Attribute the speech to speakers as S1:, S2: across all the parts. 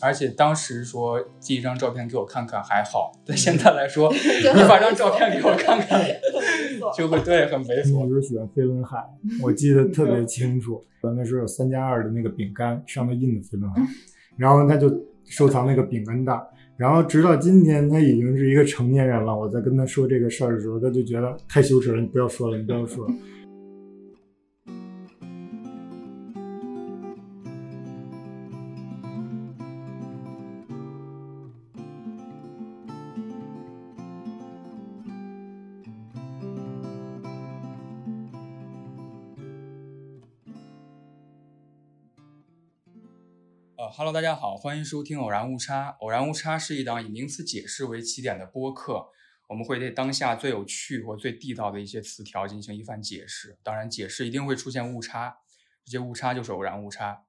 S1: 而且当时说寄一张照片给我看看还好，但现在来说，你发张照片给我看看，就会对很猥
S2: 我
S1: 琐。
S2: 就是喜欢飞轮海，我记得特别清楚。那时候有三加二的那个饼干，上面印的飞轮海，然后他就收藏那个饼干袋。然后直到今天，他已经是一个成年人了。我在跟他说这个事儿的时候，他就觉得太羞耻了，你不要说了，你不要说了。
S1: 呃哈喽，大家好，欢迎收听《偶然误差》。《偶然误差》是一档以名词解释为起点的播客，我们会对当下最有趣或最地道的一些词条进行一番解释。当然，解释一定会出现误差，这些误差就是偶然误差。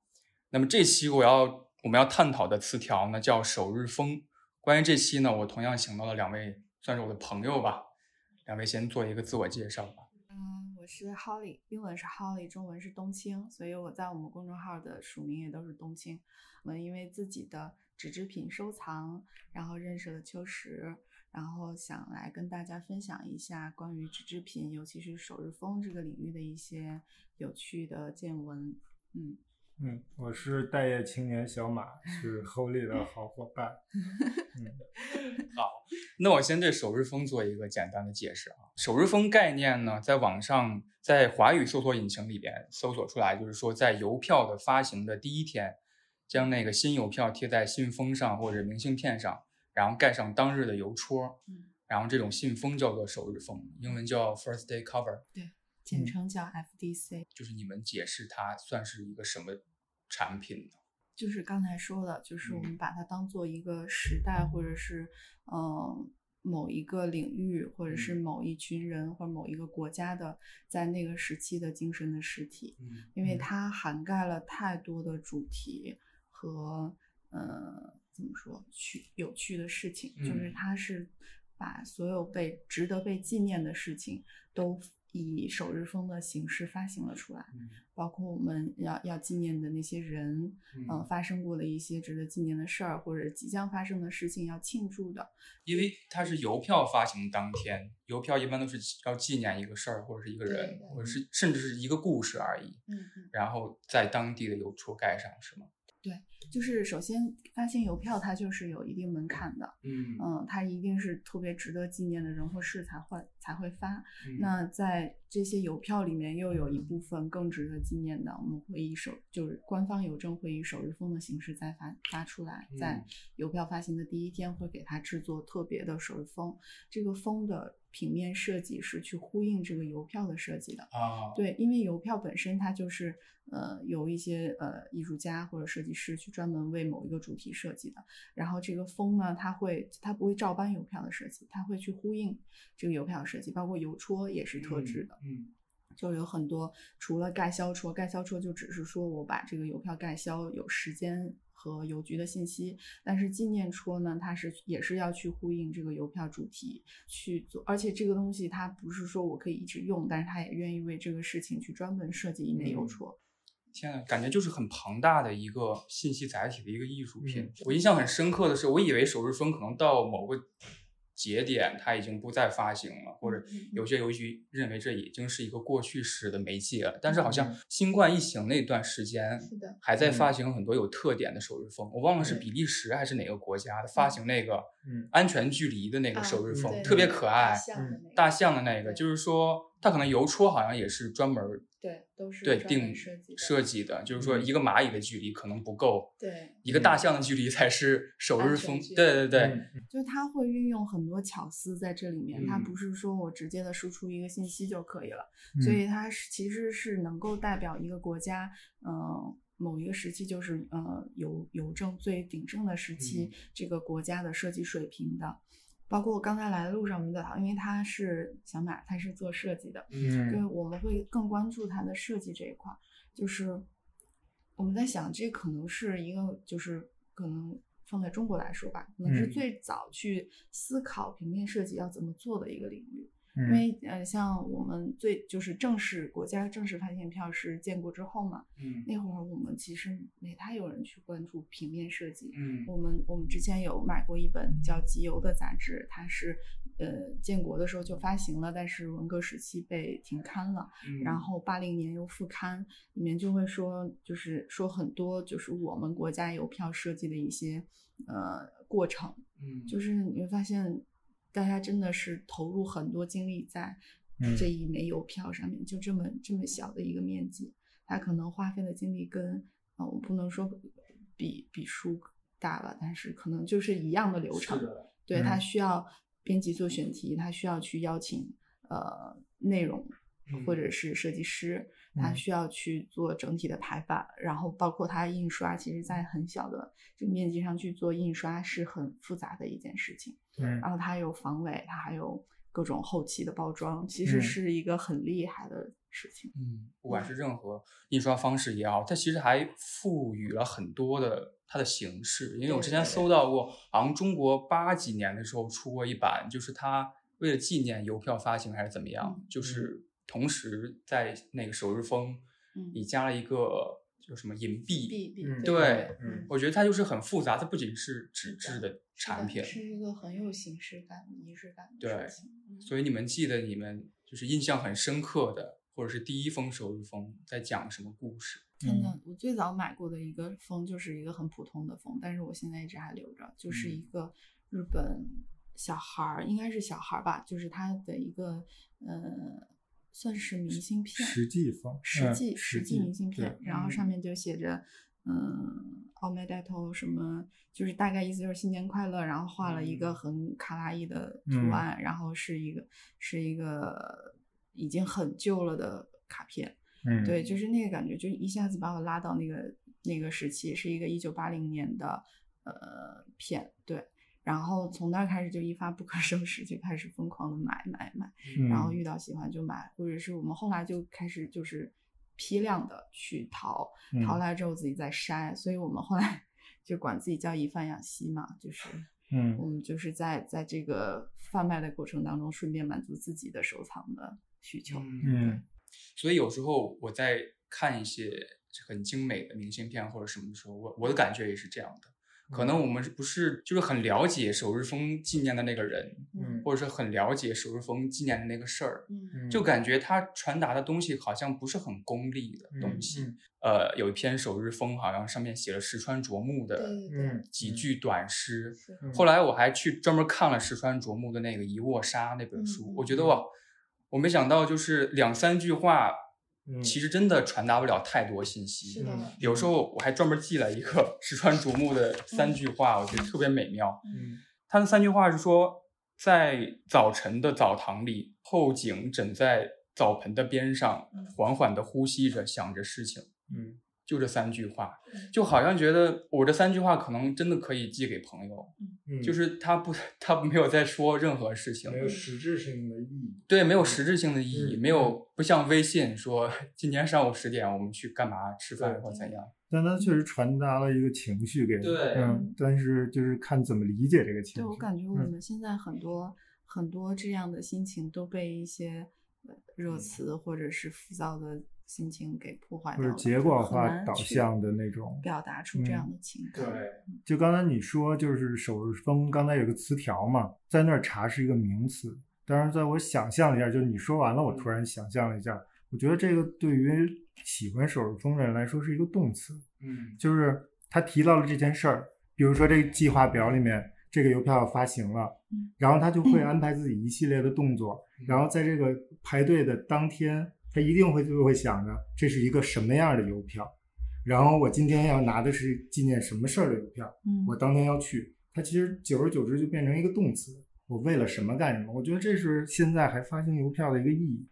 S1: 那么这期我要我们要探讨的词条呢，叫“首日封”。关于这期呢，我同样请到了两位，算是我的朋友吧。两位先做一个自我介绍吧。
S3: 嗯，我是 Holly，英文是 Holly，中文是冬青，所以我在我们公众号的署名也都是冬青。我们因为自己的纸制品收藏，然后认识了秋实，然后想来跟大家分享一下关于纸制品，尤其是首日封这个领域的一些有趣的见闻。嗯，
S2: 嗯，我是待业青年小马，是 Holy 的好伙伴。
S1: 那我先对首日封做一个简单的解释啊。首日封概念呢，在网上在华语搜索引擎里边搜索出来，就是说在邮票的发行的第一天，将那个新邮票贴在信封上或者明信片上，然后盖上当日的邮戳
S3: 嗯，
S1: 然后这种信封叫做首日封，英文叫 first day cover。
S3: 简
S2: 嗯
S3: 称叫 FDC。
S1: 就是你们解释它算是一个什么产品呢？
S3: 就是刚才说的，就是我
S1: 嗯
S3: 们把它当做一个时代，或者是嗯、呃某一个领域，或者是
S1: 嗯
S3: 某一群人或者某一个国家的在那个时期的精神的实体，
S1: 嗯，
S3: 因为
S2: 嗯
S3: 它涵盖了太多的主题和呃怎么说趣有趣的事情，就是
S1: 嗯
S3: 它是把所有被值得被纪念的事情都以首日封的形式发行了出来，包括我们要要纪念的那些人，嗯、发生过的一些值得纪念的事儿，或者即将发生的事情要庆祝的。
S1: 因为它是邮票发行当天，邮票一般都是要纪念一个事儿或者是一个
S3: 对嗯
S1: 人，
S3: 对
S1: 或者是甚至是一个故事而已，
S3: 嗯嗯，
S1: 然后在当地的邮戳盖上，是吗？
S3: 就是首先发行邮票，它就是有一定门槛的，
S1: 嗯
S3: 嗯，它一定是特别值得纪念的人或事才会才会发。
S1: 嗯
S3: 那在这些邮票里面，又有一部分更值得纪念的，我们会以首就是官方邮政会以首日封的形式再发发出来，在
S1: 嗯
S3: 邮票发行的第一天会给它制作特别的首日封，这个封的平面设计是去呼应这个邮票的设计的。
S1: 啊，
S3: 对，因为邮票本身它就是呃由一些呃艺术家或者设计师去专门为某一个主题设计的。然后这个风呢，它会它不会照搬邮票的设计，它会去呼应这个邮票的设计，包括邮戳也是特制的。
S1: 嗯，
S3: 就有很多除了盖销戳，盖销戳就只是说我把这个邮票盖销有时间和邮局的信息，但是纪念戳呢，它是也是要去呼应这个邮票主题去做，而且这个东西它不是说我可以一直用，但是它也愿意为这个事情去专门设计一枚邮
S1: 嗯
S3: 戳。
S1: 天呐，感觉就是很庞大的一个信息载体的一个艺术品。我印象很深刻的是，我以为首日封可能到某个节点它已经不再发行了，或者
S3: 嗯嗯
S1: 有些邮局认为这已经是一个过去式的媒介了。但是好像新冠疫情那段时间，
S3: 嗯是的，
S1: 还在
S2: 嗯
S1: 发行很多有特点的首日封，我忘了是
S3: 对
S1: 比利时还是哪个国家的发行那个
S2: 嗯
S1: 安全距离的那个
S3: 啊
S1: 首日
S2: 对
S1: 封，
S2: 对
S1: 特别
S2: 对
S1: 可爱，
S2: 的嗯
S1: 大象的那个，
S3: 对
S1: 就是说它可能邮戳好像也是专门儿
S3: 对都是
S1: 对定设
S3: 设
S1: 计的，就是说
S2: 嗯
S1: 一个蚂蚁的距离可能不够，
S3: 对。
S1: 一个大象的距离才是首日
S3: 安全
S1: 封，
S3: 距离
S1: 对对对，
S2: 嗯
S3: 就是它会运用很多巧思在这里面，它
S1: 嗯
S3: 不是说我直接的输出一个信息就可以了，所以它是其实是能够代表一个国家，呃，某一个时期就是呃邮邮政最鼎盛的时期，这个国家的设计水平的。包括我刚才来的路上，我们在讨论，因为他是小马，他是做设计的，对，
S2: 嗯
S3: 我们会更关注它的设计这一块儿，就是我们在想，这可能是一个，就是可能放在中国来说吧，可能是
S2: 嗯
S3: 最早去思考平面设计要怎么做的一个领域。
S2: 嗯
S3: 因为呃，像我们最就是正式国家正式发行票是建国之后嘛，
S1: 嗯
S3: 那会儿我们其实没太有人去关注平面设计。
S1: 嗯
S3: 我们我们之前有买过一本叫《集邮》的杂志，它是呃建国的时候就发行了，但是文革时期被停刊了。
S1: 嗯
S3: 然后八零年又复刊，里面就会说，就是说很多就是我们国家邮票设计的一些呃过程，
S1: 嗯
S3: 就是你会发现大家真的是投入很多精力在
S2: 嗯
S3: 这一枚邮票上面，就这么这么小的一个面积，他可能花费的精力跟啊、呃我不能说比比书大了，但是可能就是一样的流程
S1: 是。的
S3: 对他
S2: 嗯
S3: 需要编辑做选题，他需要去邀请呃内容
S1: 嗯
S3: 或者是设计师，他
S2: 嗯
S3: 需要去做整体的排版，然后包括它印刷，其实在很小的这个面积上去做印刷是很复杂的一件事情。
S2: 嗯
S3: 然后它有防伪，它还有各种后期的包装，其
S2: 嗯
S3: 实是一个很厉害的事情。
S1: 嗯，不管是任何印刷方式也好，它其实还赋予了很多的它的形式。因为我
S3: 对
S1: 之前
S3: 对
S1: 搜到过，好像中国八几年的时候出过一版，就是它为了纪念邮票发行还是怎么样，
S3: 嗯
S1: 就是同时在那个首日封
S3: 嗯
S1: 你加了一个叫什么银币。
S3: B B
S2: 嗯
S1: 对
S2: 嗯
S1: 我觉得它就是很复杂，它不仅是纸质的
S3: 是的
S1: 产品，
S3: 是一个很有形式感、仪式感的
S1: 对
S3: 事情。嗯
S1: 所以你们记得你们就是印象很深刻的，或者是第一封首日封在讲什么故事？
S3: 真
S2: 嗯
S3: 的，我最早买过的一个风就是一个很普通的风，但是我现在一直还留着，就是
S2: 嗯
S3: 一个日本小孩儿，应该是小孩儿吧，就是他的一个呃，算是明信片，
S2: 实际方
S3: 实
S2: 嗯
S3: 际
S2: 实
S3: 实
S2: 际
S3: 际明信
S2: 对
S3: 片，然后上面就写着，嗯，奥麦带头什么，就是大概意思就是新年快乐，然后画了一个
S1: 嗯
S3: 很卡哇伊的
S2: 嗯
S3: 图案，然后是一个是一个已经很旧了的卡片，
S2: 嗯
S3: 对，就是那个感觉，就一下子把我拉到那个那个时期，是一个一九八零年的呃片，对。然后从那儿开始就一发不可收拾，就开始疯狂的买买买，然后
S2: 嗯
S3: 遇到喜欢就买，或者是我们后来就开始就是批量的去淘，淘
S2: 嗯
S3: 来之后自己再筛，所以我们后来就管自己叫以贩养吸嘛，就是
S2: 嗯
S3: 我们就是在在这个贩卖的过程当中，顺便满足自己的收藏的需求。
S2: 嗯
S1: 所以有时候我在看一些很精美的明信片或者什么的时候，我我的感觉也是这样的。可
S2: 嗯
S1: 能我们是不是就是很了解首日封纪念的那个人，
S2: 嗯
S1: 或者是很了解首日封纪念的那个事儿，
S3: 嗯
S2: 嗯
S1: 就感觉他传达的东西好像不是很功利的东西。
S2: 嗯
S1: 呃，有一篇首日封，好像上面写了石川啄木的
S3: 对对
S2: 嗯
S1: 几句短诗，
S3: 是
S2: 嗯
S1: 后来我还去专门看了石川啄木的那个《一握沙》那本书，
S3: 嗯嗯
S1: 我觉得哇，我没想到就是两三句话，
S2: 嗯
S1: 其实真的传达不了太多信息。
S3: 是的
S2: 嗯
S1: 有时候我还专门记了一个石川啄木
S3: 嗯
S1: 的三句话，我觉得特别美妙。
S2: 嗯
S1: 他的三句话是说，在早晨的澡堂里，后颈枕在澡盆的边上
S3: 嗯，
S1: 缓缓地呼吸着，想着事情。
S2: 嗯
S1: 就这三句话
S3: 嗯，
S1: 就好像觉得我这三句话可能真的可以寄给朋友，
S2: 嗯
S1: 就是他不， 他没有在说任何事情
S2: 没，有实质性的意义
S1: 对，没有实质性的意义，
S2: 嗯
S1: 没有不像微信说 今天上午十点我们去干嘛吃饭
S2: 对
S1: 或怎样，
S2: 但它确实传达了一个情绪给你，
S1: 对
S2: 嗯，但是就是看怎么理解这个情
S3: 对，
S2: 绪。
S3: 我感觉我
S2: 嗯
S3: 们现在很多、很多这样的心情都被一些呃
S2: 嗯
S3: 热词或者是浮躁的心情给破坏
S2: 或
S3: 掉
S2: 者
S3: 了，
S2: 结
S3: 就
S2: 果
S3: 很
S2: 化
S3: 难
S2: 导
S3: 去
S2: 向的那种嗯
S3: 表达出这样的情感。
S2: 就刚才你说，就是首日封，刚才有个词条嘛，在那儿查是一个名词。当然，在我想象了一下，就是你说完了，我突然想象了一下，我觉得这个对于喜欢首日封的人来说是一个动词，
S1: 嗯
S2: 就是他提到了这件事儿，比如说这个计划表里面这个邮票发行了
S3: 嗯，
S2: 然后他就会安排自己一系列的动作，
S1: 嗯
S2: 然后在这个排队的当天，他一定会就会想着这是一个什么样的邮票，然后我今天要拿的是纪念什么事儿的邮票，
S3: 嗯，
S2: 我当天要去。它其实久而久之就变成一个动词，我为了什么干什么。我觉得这是现在还发行邮票的一个意义，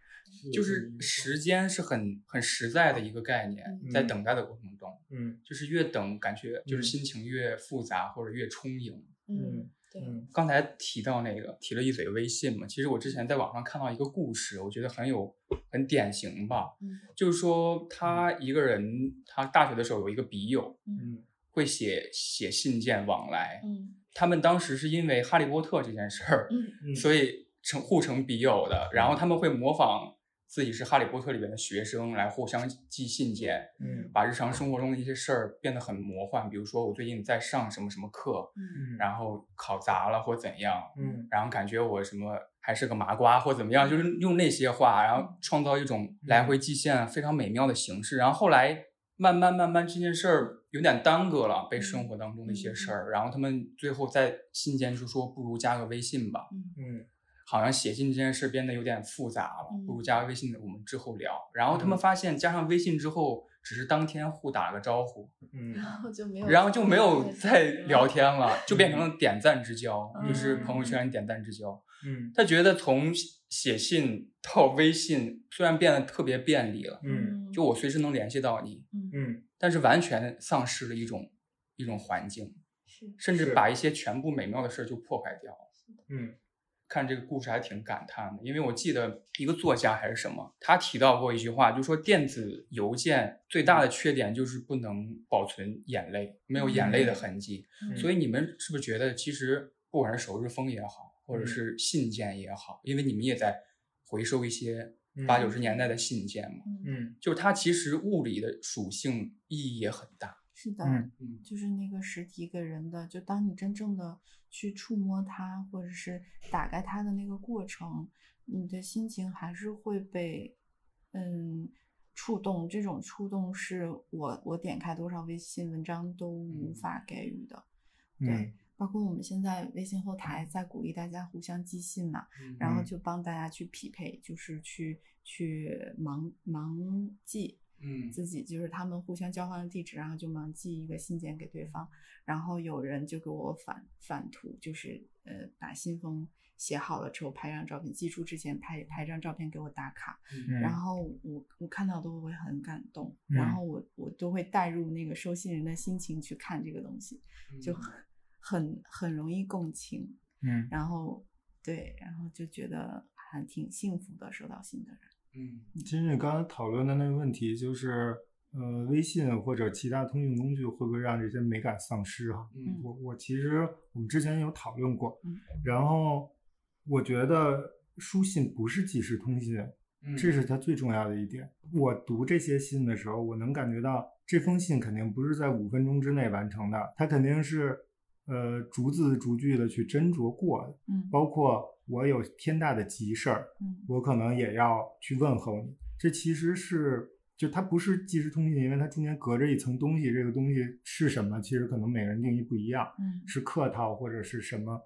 S1: 就是时间是很很实在的一个概念，
S3: 嗯
S1: 在等待的过程中，
S2: 嗯
S1: 就是越等感觉就是
S2: 嗯
S1: 心情越复杂或者越充盈。
S2: 嗯
S3: 嗯，对，
S2: 嗯
S1: 刚才提到那个提了一嘴微信嘛，其实我之前在网上看到一个故事，我觉得很有很典型吧，
S3: 嗯
S1: 就是说他一个人，他大学的时候有一个笔友
S2: 嗯
S1: 会写写信件往来，
S3: 嗯
S1: 他们当时是因为《哈利波特》这件事儿，
S3: 嗯
S2: 嗯，
S1: 所以成互成笔友的，然后他们会模仿自己是《哈利波特》里面的学生来互相寄信件，
S2: 嗯
S1: 把日常生活中的一些事儿变得很魔幻。比如说我最近在上什么什么课，
S3: 嗯
S2: 嗯
S1: 然后考砸了或怎样，
S2: 嗯
S1: 然后感觉我什么还是个麻瓜或怎么样，就是用那些话，然后创造一种来回寄现非常美妙的形式。然后后来慢慢慢慢这件事儿有点耽搁了，被生活当中的一些事儿，然后他们最后在信件处说不如加个微信吧，
S2: 嗯
S1: 好像写信这件事变得有点复杂了，
S3: 嗯
S1: 不如加个微信，我们之后聊。然后他们
S2: 嗯
S1: 发现加上微信之后，只是当天互打了个招呼，
S2: 嗯
S3: 然后就没有，
S1: 然后就没有再
S4: 嗯
S1: 聊天了，就变成
S2: 嗯
S1: 了点赞之交，就是
S3: 嗯
S1: 朋友圈点赞之交。
S2: 嗯
S1: 他觉得从写信到微信，虽然变得特别便利了，
S2: 嗯
S1: 就我随时能联系到你，
S2: 嗯
S1: 但是完全丧失了一种一种环境，
S3: 是
S1: 甚至
S2: 是
S1: 把一些全部美妙的事儿就破坏掉了。
S2: 嗯
S1: 看这个故事还挺感叹的，因为我记得一个作家还是什么，他提到过一句话，就说电子邮件最大
S2: 嗯
S1: 的缺点就是不能保存眼泪，没有眼泪的痕迹。
S2: 嗯
S1: 所以你们是不是觉得，其实不管是首日封也好，或者
S2: 嗯
S1: 是信件也好，因为你们也在回收一些
S2: 嗯
S1: 八九十年代的信件嘛，
S3: 嗯
S2: 嗯
S1: 就是它其实物理的属性意义也很大。
S3: 是的，
S2: 嗯
S3: 就是那个实体给人的，就当你真正的去触摸它，或者是打开它的那个过程，你的心情还是会被，嗯，触动。这种触动是我我点开多少微信文章都无法给予的。对，
S2: 嗯
S3: 包括我们现在微信后台在鼓励大家互相寄信嘛，然后
S2: 嗯
S3: 就帮大家去匹配，就是去去盲盲寄，
S1: 嗯
S3: 自己就是他们互相交换的地址，然后就忙寄一个信件给对方，然后有人就给我反反图，就是呃把信封写好了之后拍张照片，寄出之前拍拍张照片给我打卡，
S2: 嗯
S3: 然后我我看到都会很感动，
S2: 嗯
S3: 然后我我都会带入那个收信人的心情去看这个东西，
S1: 嗯
S3: 就很很很容易共情，
S2: 嗯
S3: 然后对，然后就觉得还挺幸福的，收到信的人，
S1: 嗯
S2: 其实你刚才讨论的那个问题就是，呃，微信或者其他通讯工具会不会让这些美感丧失哈、
S1: 嗯
S2: 我我其实我们之前有讨论过，
S3: 嗯
S2: 然后我觉得书信不是即时通信，
S1: 嗯
S2: 这是它最重要的一点。我读这些信的时候，我能感觉到这封信肯定不是在五分钟之内完成的，它肯定是呃逐字逐句的去斟酌过的。
S3: 嗯
S2: 包括我有天大的急事儿，
S3: 嗯
S2: 我可能也要去问候你。这其实是就它不是即时通信，因为它中间隔着一层东西，这个东西是什么，其实可能每个人定义不一样，
S3: 嗯
S2: 是客套或者是什么，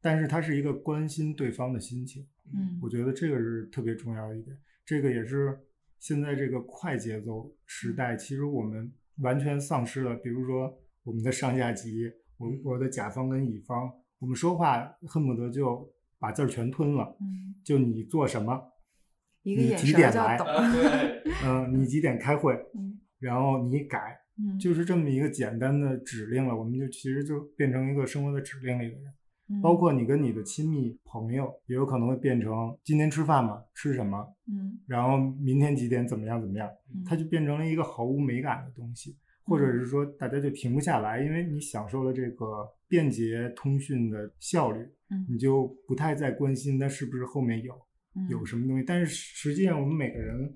S2: 但是它是一个关心对方的心情。
S3: 嗯
S2: 我觉得这个是特别重要的一点，这个也是现在这个快节奏时代，其实我们完全丧失了，比如说我们的上下级，我
S3: 嗯
S2: 我的甲方跟乙方，我们说话恨不得就把字儿全吞了，
S3: 嗯。
S2: 就你做什么，
S3: 一个
S2: 你
S3: 眼
S2: 几
S3: 神
S2: 点
S3: 就
S2: 来
S3: 懂。
S1: 啊对，
S2: 嗯、你几点开会，
S3: 嗯
S2: 然后你改，
S3: 嗯，
S2: 就是这么一个简单的指令了，我们就其实就变成一个生活的指令里的人。
S3: 嗯
S2: 包括你跟你的亲密朋友，也有可能会变成今天吃饭吗？吃什么？
S3: 嗯，
S2: 然后明天几点怎么样怎么样，
S3: 嗯
S2: 它就变成了一个毫无美感的东西，或者是说大家就停不下来，因为你享受了这个便捷通讯的效率，你
S3: 嗯
S2: 就不太再关心它是不是后面有
S3: 嗯
S2: 有什么东西。但是实际上，我们每个人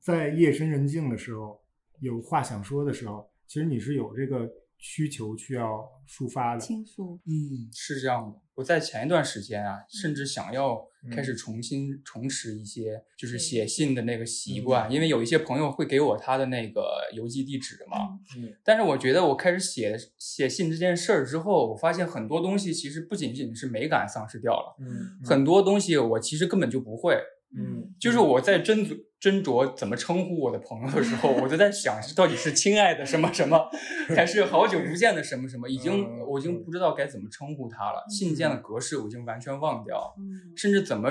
S2: 在夜深人静的时候，有话想说的时候，其实你是有这个需求需要抒发的。
S3: 倾诉，
S1: 嗯，是这样的。我在前一段时间啊，甚至想要开
S2: 嗯
S1: 始重新重拾一些就是
S3: 对
S1: 写信的那个习惯，因为有一些朋友会给我他的那个邮寄地址嘛，
S2: 啊
S3: 嗯
S1: 但是我觉得我开始写写信这件事儿之后，我发现很多东西其实不仅仅是美感丧失掉了，
S3: 嗯
S1: 很多东西我其实根本就不会。
S2: 嗯，
S1: 就是我在斟酌斟酌怎么称呼我的朋友的时候，我就在想，到底是亲爱的什么什么，还是好久不见的什么什么？已经
S2: 嗯
S1: 我已经不知道该怎么称呼他了。
S3: 嗯
S1: 信件的格式我已经完全忘掉了，
S3: 嗯
S1: 甚至怎么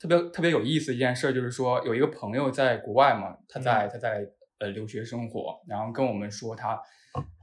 S1: 特别特别有意思一件事儿，就是说有一个朋友在国外嘛，
S3: 嗯
S1: 他在、他在呃留学生活，然后跟我们说他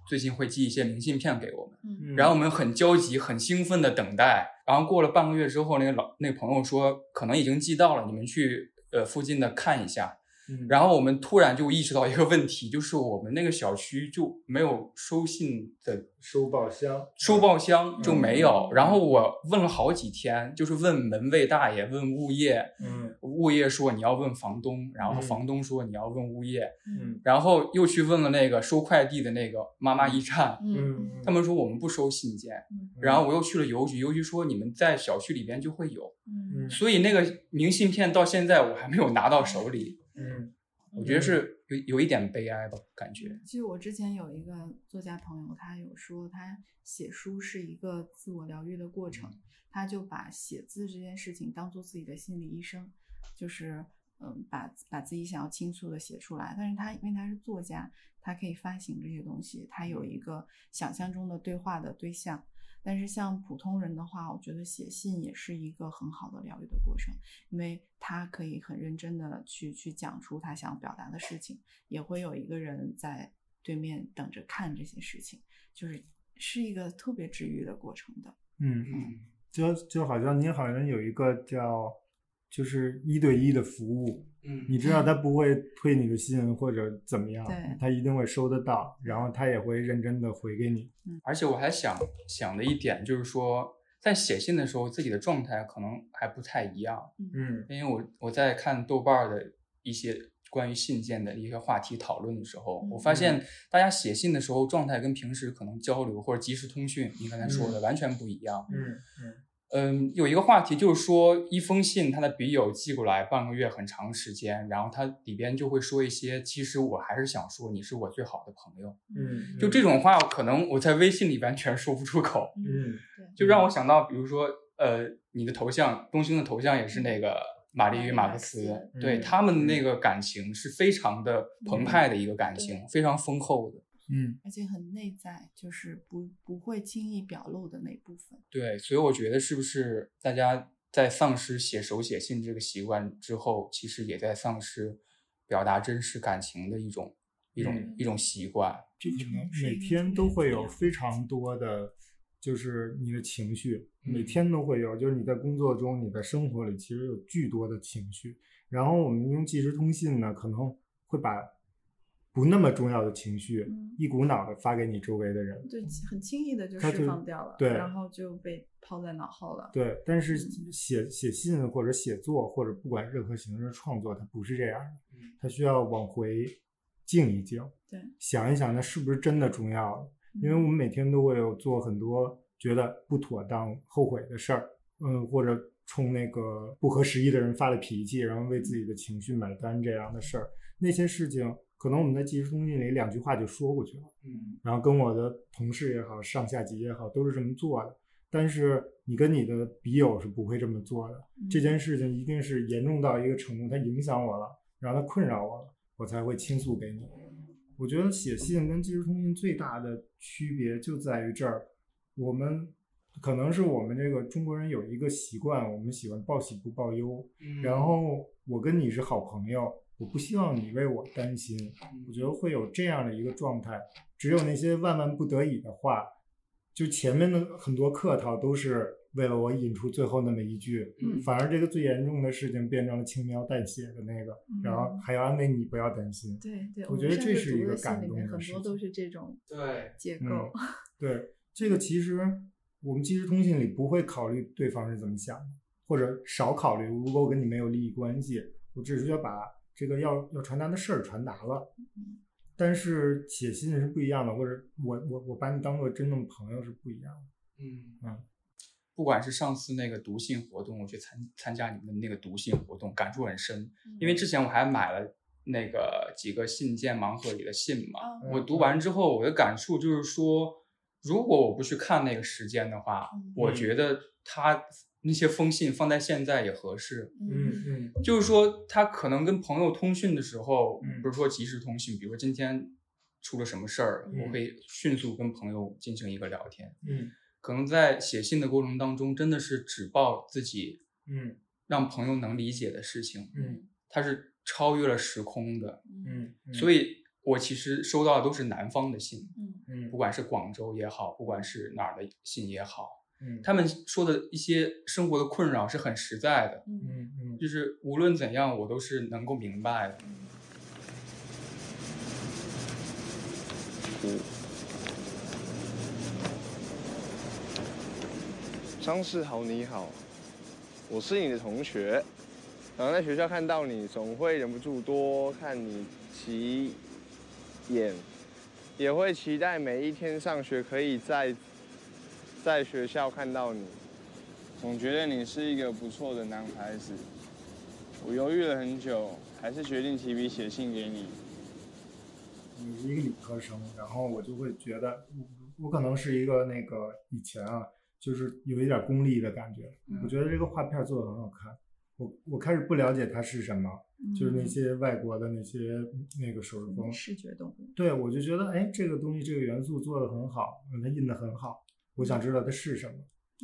S1: 最近会寄一些明信片给我们，
S3: 嗯
S1: 然后我们很焦急、很兴奋的等待，然后过了半个月之后，那个老那个朋友说可能已经寄到了，你们去呃附近的看一下。
S2: 嗯
S1: 然后我们突然就意识到一个问题，就是我们那个小区就没有收信的
S2: 收报箱，
S1: 收报箱就没有。
S3: 嗯
S1: 然后我问了好几天，就是问门卫大爷，问物业，
S2: 嗯
S1: 物业说你要问房东，然后
S2: 嗯
S1: 房东说你要问物业，
S2: 嗯
S1: 然后又去问了那个收快递的那个妈妈驿站，
S2: 嗯
S3: 嗯，
S1: 他们说我们不收信件。
S3: 嗯
S1: 然后我又去了邮局，邮局说你们在小区里边就会有，
S3: 嗯
S2: 嗯
S1: 所以那个明信片到现在我还没有拿到手里，
S2: 嗯
S1: 我觉得是有有一点悲哀吧，感觉。
S3: 其实我之前有一个作家朋友，他有说他写书是一个自我疗愈的过程，他就把写字这件事情当做自己的心理医生，就是嗯，把把自己想要倾诉的写出来。但是他因为他是作家，他可以发行这些东西，他有一个想象中的对话的对象。但是像普通人的话，我觉得写信也是一个很好的疗愈的过程，因为他可以很认真的去去讲出他想表达的事情。也会有一个人在对面等着看这些事情，就是是一个特别治愈的过程的。
S2: 嗯嗯，就就好像你好像有一个叫就是一对一的服务，
S1: 嗯
S2: 你知道他不会退你的信或者怎么样
S3: 对，
S2: 他一定会收得到，然后他也会认真的回给你。
S1: 而且我还想想的一点就是说，在写信的时候，自己的状态可能还不太一样，
S2: 嗯
S1: 因为我我在看豆瓣儿的一些关于信件的一些话题讨论的时候，我发现大家写信的时候状态跟平时可能交流或者即时通讯，你刚才说的完全不一样。
S2: 嗯
S1: 嗯，有一个话题就是说，一封信他的笔友寄过来半个月很长时间，然后他里边就会说一些，其实我还是想说你是我最好的朋友，
S2: 嗯，
S1: 就这种话，可能我在微信里完全说不出口，
S2: 嗯
S1: 就让我想到，比如说，呃，你的头像，东兴的头像也是那个玛丽与马克思，
S3: 马克
S2: 思
S1: 对
S2: 嗯
S1: 他们那个感情是非常的澎湃的一个感情，
S3: 对
S1: 非常丰厚的。
S2: 嗯
S3: 而且很内在，就是不不会轻易表露的那部分。
S1: 对，所以我觉得是不是大家在丧失写手写信这个习惯之后，其实也在丧失表达真实感情的一种一种、
S2: 嗯
S1: 一种习惯。
S2: 这可能
S3: 是
S2: 每
S3: 一个
S2: 天都会有
S3: 这样
S2: 非常多的，就是你的情绪，
S1: 嗯
S2: 每天都会有，就是你在工作中、你在生活里，其实有巨多的情绪。然后我们用即时通信呢，可能会把不那么重要的情绪
S3: 嗯
S2: 一股脑的发给你周围的人。
S3: 对，很轻易的就
S2: 它
S3: 释
S2: 就
S3: 放掉了，
S2: 对
S3: 然后就被抛在脑后了。
S2: 对，但是
S3: 嗯
S2: 写写信或者写作或者不管任何形式的创作，它不是这样的
S1: 嗯，
S2: 它需要往回静一静，
S3: 对，
S2: 想一想那是不是真的重要了。因为我
S3: 嗯
S2: 们每天都会有做很多觉得不妥当、后悔的事儿，嗯，或者冲那个不合时宜的人发了脾气，然后为自己的情绪买单这样的事儿，那些事情可能我们在即时通信里两句话就说过去了，
S1: 嗯
S2: 然后跟我的同事也好、上下级也好，都是这么做的。但是你跟你的笔友是不会这么做的，这件事情一定是严重到一个程度，它影响我了，然后它困扰我了，我才会倾诉给你。我觉得写信跟即时通信最大的区别就在于这儿，我们可能是我们这个中国人有一个习惯，我们喜欢报喜不报忧。
S1: 嗯
S2: 然后我跟你是好朋友，我不希望你为我担心，我觉得会有这样的一个状态。只有那些万万不得已的话，就前面的很多客套都是为了我引出最后那么一句，
S3: 嗯
S2: 反而这个最严重的事情变成了轻描淡写的那个，然后
S3: 嗯
S2: 还要安慰你不要担心。
S3: 对对，
S2: 我
S3: 们
S2: 觉得
S3: 甚
S2: 这
S3: 至
S2: 是
S3: 读
S2: 一
S3: 的
S2: 个
S3: 信
S2: 感
S3: 里
S2: 动
S3: 面
S2: 的
S3: 很
S2: 事
S3: 多
S2: 情
S3: 都是这种
S1: 对
S3: 结
S2: 嗯
S3: 构。
S2: 对，这个其实我们即时通信里不会考虑对方是怎么想的，或者少考虑。如果我跟你没有利益关系，我只是要把这个要要传达的事儿传达了
S3: 嗯。
S2: 但是写信是不一样的，或者我我我把你当做真正朋友是不一样的。
S1: 嗯
S2: 嗯，
S1: 不管是上次那个读信活动，我去参参加你们的那个读信活动，感触很深。因
S2: 嗯
S3: 嗯
S1: 为之前我还买了那个几个信件盲盒里的信嘛，
S2: 嗯
S3: 啊，
S1: 我读完之后，我的感触就是说，如果我不去看那个时间的话，
S3: 嗯
S1: 我觉得他那些封信放在现在也合适。
S2: 嗯
S1: 就是说，他可能跟朋友通讯的时候，
S2: 嗯
S1: 不是说即时通讯，比如说今天出了什么事儿，
S2: 嗯
S1: 我可以迅速跟朋友进行一个聊天。
S2: 嗯
S1: 可能在写信的过程当中，真的是只报自己
S2: 嗯
S1: 让朋友能理解的事情，
S2: 嗯
S1: 它是超越了时空的。
S3: 嗯
S2: 嗯
S1: 所以我其实收到的都是南方的信，
S3: 嗯
S2: 嗯
S1: 不管是广州也好，不管是哪儿的信也好，
S2: 嗯
S1: 他们说的一些生活的困扰是很实在的，
S3: 嗯
S2: 嗯嗯
S1: 就是无论怎样我都是能够明白的。
S5: 湖。张世豪，你好，我是你的同学，然后在学校看到你，总会忍不住多看你几眼，也会期待每一天上学可以在在学校看到你。总觉得你是一个不错的男孩子。我犹豫了很久，还是决定提笔写信给你。
S2: 你是一个理科生，然后我就会觉得，我我可能是一个那个以前啊，就是有一点功利的感觉。我觉得这个画片做的很好看，我我开始不了解它是什么，就是那些外国的那些那个手
S3: 嗯
S2: 术风，
S3: 视觉动物，
S2: 对我就觉得，哎，这个东西这个元素做的很好，嗯它印的很好，我想知道它是什么。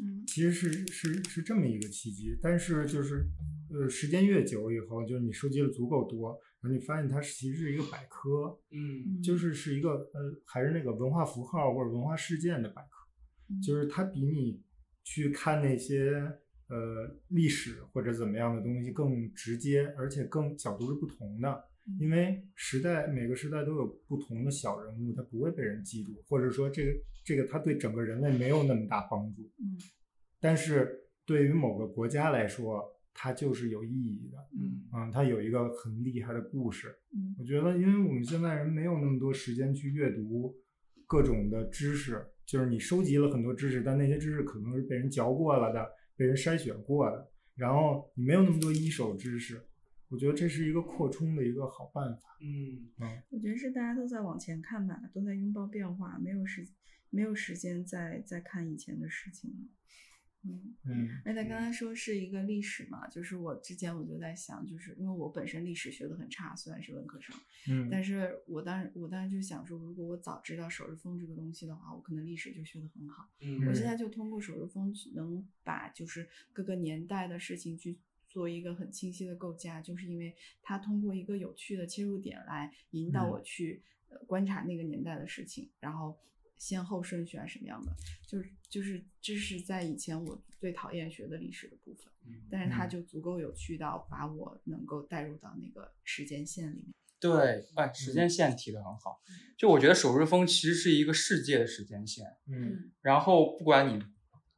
S3: 嗯
S2: 其实是是是这么一个契机，但是就是呃，时间越久以后，就是你收集的足够多，然后你发现它其实是一个百科，
S1: 嗯
S3: 嗯，
S2: 就是是一个呃，还是那个文化符号或者文化事件的百科，
S3: 嗯
S2: 就是它比你去看那些呃历史或者怎么样的东西更直接，而且更角度是不同的。
S3: 嗯
S2: 因为时代每个时代都有不同的小人物，他不会被人记住，或者说这个这个他对整个人类没有那么大帮助。
S3: 嗯
S2: 但是对于某个国家来说，它就是有意义的。
S3: 嗯
S2: 嗯，它有一个很厉害的故事。
S3: 嗯
S2: 我觉得，因为我们现在人没有那么多时间去阅读各种的知识，就是你收集了很多知识，但那些知识可能是被人嚼过了的，被人筛选过的，然后你没有那么多一手知识。我觉得这是一个扩充的一个好办法。
S1: 嗯
S3: 我觉得是大家都在往前看吧，都在拥抱变化，没有时没有时间再再看以前的事情了。嗯，
S2: 嗯
S3: 而且刚才说是一个历史嘛，就是我之前我就在想，就是因为我本身历史学的很差，虽然是文科生，
S2: 嗯
S3: 但是我当时我当时就想说，如果我早知道手日风这个东西的话，我可能历史就学得很好。我
S1: 嗯
S3: 现在就通过手日风能把就是各个年代的事情去做一个很清晰的构架，就是因为它通过一个有趣的切入点来引导
S2: 嗯
S3: 我去、呃观察那个年代的事情，然后先后顺序啊什么样的，就是就是这是在以前我最讨厌学的历史的部分，但是它
S2: 嗯
S3: 就足够有趣到把我能够带入到那个时间线里面。
S1: 对，哎，时间线提的很好。就我觉得首日风其实是一个世界的时间线，
S2: 嗯
S1: 然后不管你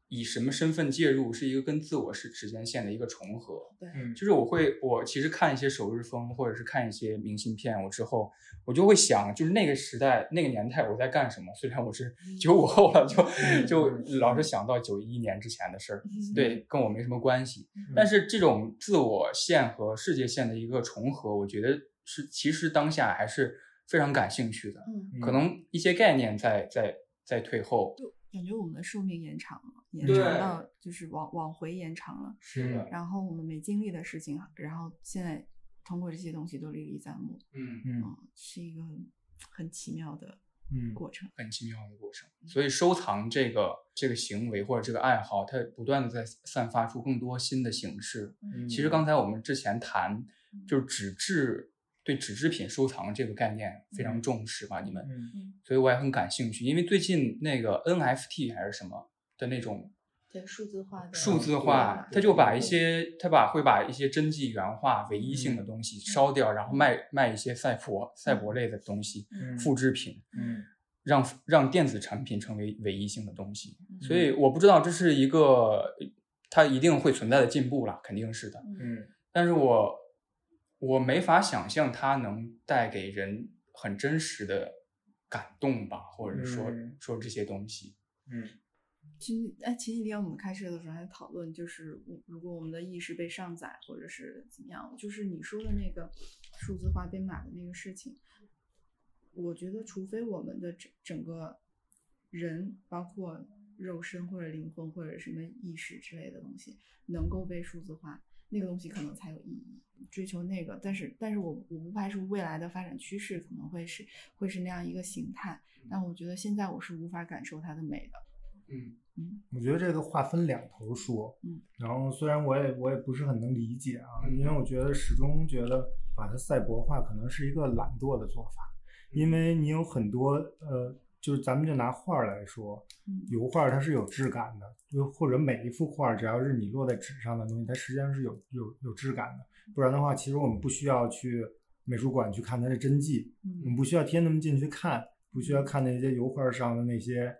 S1: 以什么身份介入，是一个跟自我是时间线的一个重合。
S3: 对，
S2: 嗯
S1: 就是我会，我其实看一些首日风，或者是看一些明信片，我之后我就会想，就是那个时代、那个年代我在干什么。虽然我是
S2: 嗯
S1: 九五后了，就就老是想到九一年之前的事儿，
S2: 嗯
S1: 对，跟我没什么关系。但是这种自我线和世界线的一个重合，我觉得是其实当下还是非常感兴趣的。
S3: 嗯，
S1: 可能一些概念在在在退后，
S3: 感觉我们的寿命延长了，延
S1: 对
S3: 长到就是往往回延长了。
S2: 是的，
S3: 然后我们没经历的事情，然后现在通过这些东西都历历在目，
S1: 嗯，
S2: 嗯
S3: 嗯，是一个很很奇妙的
S2: 嗯
S3: 过程。
S1: 很奇妙的过程。所以收藏这个这个行为或者这个爱好，它不断的在散发出更多新的形式。
S2: 嗯
S1: 其实刚才我们之前谈，就是纸质对纸制品收藏这个概念非常重视吧，你们。
S2: 嗯
S1: 所以我也很感兴趣，因为最近那个 NFT 还是什么的那种
S3: 对数字化的
S1: 数字化，它就把一些它把会把一些真迹原画唯一性的东西烧掉，然后卖卖一些赛博赛博类的东西
S2: 嗯
S1: 复制品，
S2: 嗯
S1: 让让电子产品成为唯一性的东西。
S2: 嗯
S1: 所以我不知道这是一个它一定会存在的进步啦，肯定是的。
S2: 嗯
S1: 但是我我没法想象它能带给人很真实的感动吧，或者说、
S2: 嗯
S1: 说这些东西。
S2: 嗯
S3: 前哎前几天我们开车的时候还讨论，就是我如果我们的意识被上载或者是怎么样，就是你说的那个数字化编码的那个事情，我觉得除非我们的整整个人，包括肉身或者灵魂或者什么意识之类的东西，能够被数字化，那个东西可能才有意义。追求那个，但是但是我我不排除未来的发展趋势可能会是会是那样一个形态，但我觉得现在我是无法感受它的美的。
S1: 嗯
S3: 嗯
S2: 我觉得这个话分两头说，
S3: 嗯，
S2: 然后虽然我也我也不是很能理解啊，
S1: 嗯
S2: 因为我觉得始终觉得把它赛博化可能是一个懒惰的做法，
S3: 嗯
S2: 因为你有很多呃，就是咱们就拿画儿来说，
S3: 嗯
S2: 油画它是有质感的，就或者每一幅画儿只要是你落在纸上的东西，它实际上是有有有质感
S3: 嗯
S2: 的，不然的话，其实我们不需要去美术馆去看它的真迹，我
S3: 嗯
S2: 们不需要贴那么近去看，不需要看那些油画上的那些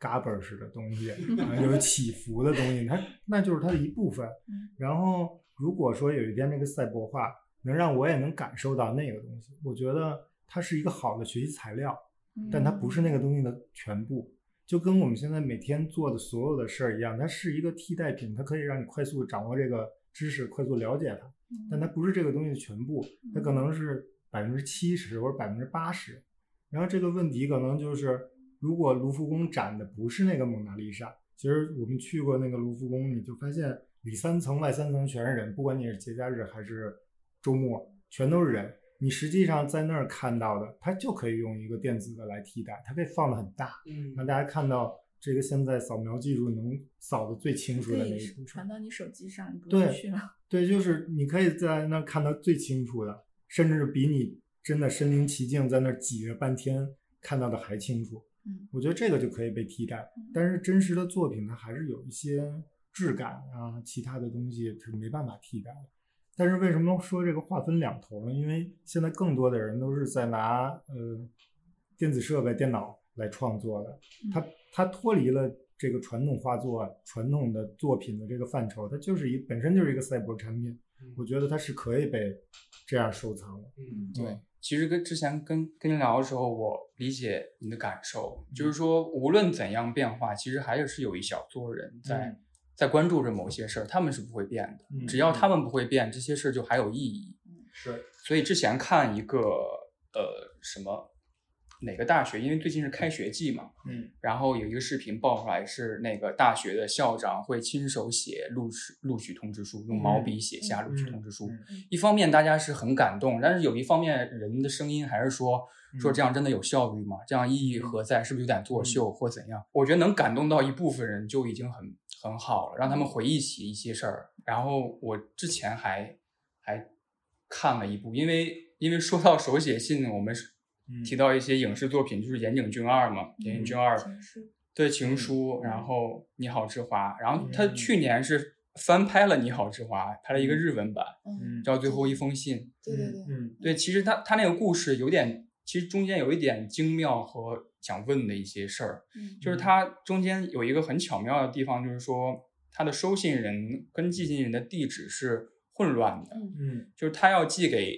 S2: 嘎嘣儿似的东西，啊有起伏的东西，它那就是它的一部分。然后如果说有一天这个赛博化能让我也能感受到那个东西，我觉得它是一个好的学习材料，
S4: 嗯
S2: 但它不是那个东西的全部。就跟我们现在每天做的所有的事儿一样，它是一个替代品，它可以让你快速地掌握这个知识，快速了解它，
S3: 嗯
S2: 但它不是这个东西的全部，它可能是百分之七十或者百分之八十。然后这个问题可能就是，如果卢浮宫展的不是那个蒙娜丽莎，其实我们去过那个卢浮宫，你就发现里三层外三层全是人，不管你是节假日还是周末，全都是人。你实际上在那儿看到的，它就可以用一个电子的来替代，它可以放的很大，
S4: 嗯
S2: 让大家看到这个现在扫描技术能扫的最清楚
S3: 可
S2: 的那
S3: 以
S2: 一部
S3: 传
S2: 分。
S3: 到你手机上，你不
S2: 对
S3: 用去了。
S2: 对，就是你可以在那儿看到最清楚的，甚至比你真的身临其境在那儿挤了半天看到的还清楚。
S3: 嗯
S2: 我觉得这个就可以被替代，但是真实的作品它还是有一些质感啊，其他的东西是没办法替代的。但是为什么说这个划分两头呢？因为现在更多的人都是在拿呃电子设备、电脑来创作的，
S3: 嗯
S2: 它它脱离了这个传统画作、传统的作品的这个范畴，它就是一本身就是一个赛博产品
S4: 嗯。
S2: 我觉得它是可以被这样收藏的。
S4: 嗯
S1: 对，其实跟之前跟跟您聊的时候，我理解你的感受，
S2: 嗯
S1: 就是说无论怎样变化，其实还是有一小撮人在、
S4: 嗯
S1: 在关注着某些事儿，他们是不会变的。
S2: 嗯
S1: 只要他们不会变，这些事儿就还有意义。
S2: 是
S1: 所以之前看一个呃什么哪个大学，因为最近是开学季嘛，
S4: 嗯，
S1: 然后有一个视频爆出来，是那个大学的校长会亲手写录取录取通知书，用毛笔写下录取通知书。
S4: 嗯
S1: 一方面大家是很感动，但是有一方面人的声音还是说
S4: 嗯
S1: 说这样真的有效率吗？这样意义何在？是不是有点作秀或怎样？我觉得能感动到一部分人就已经很很好了，让
S4: 嗯
S1: 他们回忆起一些事儿。然后我之前还还看了一部，因为因为说到手写信，我们是
S4: 嗯
S1: 提到一些影视作品，就是岩井俊二嘛，岩井俊二
S3: 情嗯书
S1: 对《情书》，然后《你好，之华》，然后
S3: 嗯
S1: 他去年是翻拍了《你好，之华》，拍了一个日文版，
S3: 嗯，
S1: 叫《最后一封信》。
S3: 对对对，
S4: 嗯
S1: 对，其实他他那个故事有点，其实中间有一点精妙和想问的一些事儿，
S3: 嗯
S1: 就是他中间有一个很巧妙的地方，就是说他的收信人跟寄信人的地址是混乱的，
S3: 嗯
S4: 嗯
S1: 就是他要寄给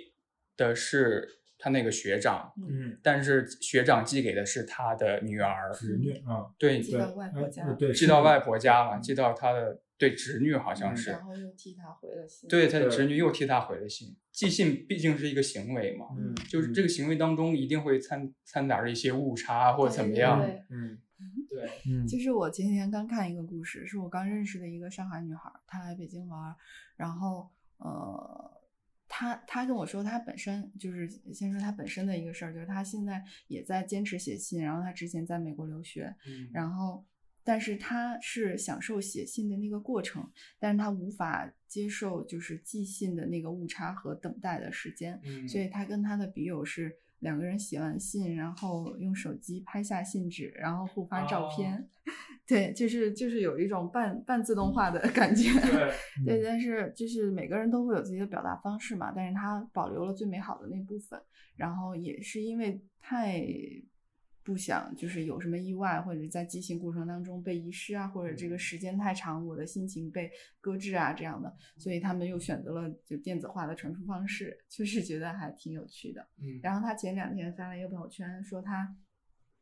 S1: 的是他那个学长，
S4: 嗯
S1: 但是学长寄给的是他的女儿，
S2: 侄女啊，
S1: 对，
S3: 寄到外婆家
S2: 哎对，
S1: 寄到
S2: 是
S1: 外婆家了，
S4: 嗯
S1: 寄到他的对侄女好像
S2: 嗯
S1: 是，
S3: 然后又替他回了信。
S1: 对他的
S4: 对
S1: 侄女又替他回了信。寄信毕竟是一个行为嘛，
S4: 嗯
S1: 就是这个行为当中一定会掺掺杂着一些误差啊或
S3: 对，
S1: 者怎么
S3: 对
S1: 样。
S3: 对
S4: 嗯对
S2: 嗯
S3: 就是我前几天刚看一个故事，是我刚认识的一个上海女孩儿，她来北京玩儿，然后呃，她她跟我说，她本身就是先说她本身的一个事儿，就是她现在也在坚持写信，然后她之前在美国留学，
S4: 嗯
S3: 然后但是她是享受写信的那个过程，但是她无法接受就是寄信的那个误差和等待的时间，
S4: 嗯
S3: 所以他跟他的笔友是两个人写完信，然后用手机拍下信纸，然后互发照片。 对，就是就是有一种半半自动化的感觉。
S4: 对
S3: 对，但是就是每个人都会有自己的表达方式嘛，但是他保留了最美好的那部分，然后也是因为太不想就是有什么意外，或者在寄信过程当中被遗失啊，或者这个时间太长，我的心情被搁置啊这样的，所以他们又选择了就电子化的传输方式，就是觉得还挺有趣的。
S4: 嗯
S3: 然后他前两天发了一个朋友圈，说他，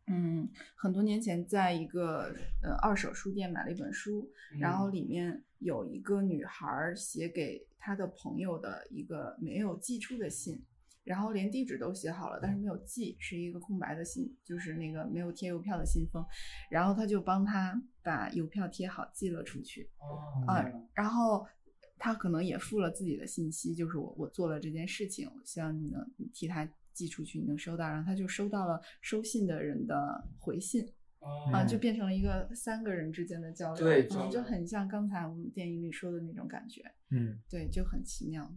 S3: 嗯，很多年前在一个呃二手书店买了一本书，
S1: 嗯
S3: 然
S4: 嗯
S3: 后里面有一个女孩儿写给她的朋友的一个没有寄出的信，然后连地址都写好了，但是没有寄，是一个空白的信，就是那个没有贴邮票的信封，然后他就帮她把邮票贴好寄了出去，啊
S4: 哦
S3: 然后他可能也附了自己的信息，就是我我做了这件事情，我希望你能你替他寄出去，你能收到。然后他就收到了收信的人的回信，啊、
S4: 嗯
S3: 就变成了一个三个人之间的交流，
S1: 对
S3: 嗯
S1: 交流
S3: 就很像刚才我们电影里说的那种感觉，
S2: 嗯
S3: 对，就很奇妙嘛，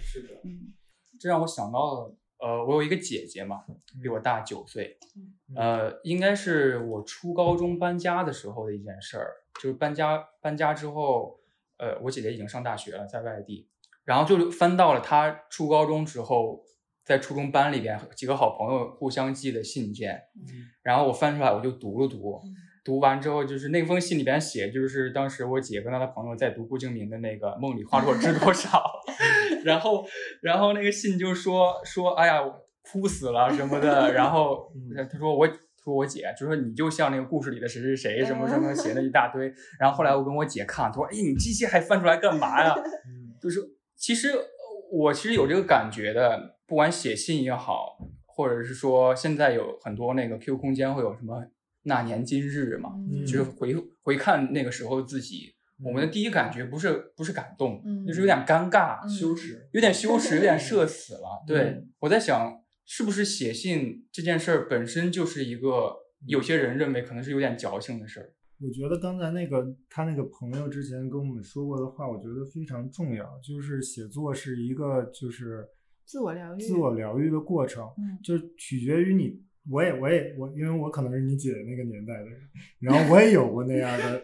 S4: 是的
S3: 嗯
S1: 这让我想到了，呃，我有一个姐姐嘛，比我大九岁
S3: 嗯，
S1: 呃，应该是我初高中搬家的时候的一件事儿，就是搬家搬家之后，呃，我姐姐已经上大学了，在外地，然后就翻到了她初高中时候在初中班里边几个好朋友互相寄的信件，
S4: 嗯
S1: 然后我翻出来我就读了读，读完之后就是那封信里边写，就是当时我姐跟她的朋友在读顾敬明的那个《梦里花落知多少》，然后然后那个信就说说哎呀我哭死了什么的，然后她说我。说我姐就说你就像那个故事里的谁谁谁什么什么写了一大堆，然后后来我跟我姐看，她说哎你这些还翻出来干嘛呀？就是其实呃我其实有这个感觉的，不管写信也好，或者是说现在有很多那个 Q 空间会有什么那年今日嘛，
S2: 嗯
S1: 就是回回看那个时候自己，我们的第一感觉不是不是感动，
S3: 嗯
S1: 就是有点尴尬，
S3: 嗯
S4: 羞耻，
S1: 有点羞耻，有点社死了。对、
S4: 嗯
S1: 我在想，是不是写信这件事儿本身就是一
S2: 嗯
S1: 个有些人认为可能是有点矫情的事儿。
S2: 我觉得刚才那个他那个朋友之前跟我们说过的话，我觉得非常重要，就是写作是一个就是
S3: 自我疗愈
S2: 自我疗愈的过程，
S3: 嗯
S2: 就取决于你。我也，我也，我，因为我可能是你姐那个年代的人，然后我也有过那样的，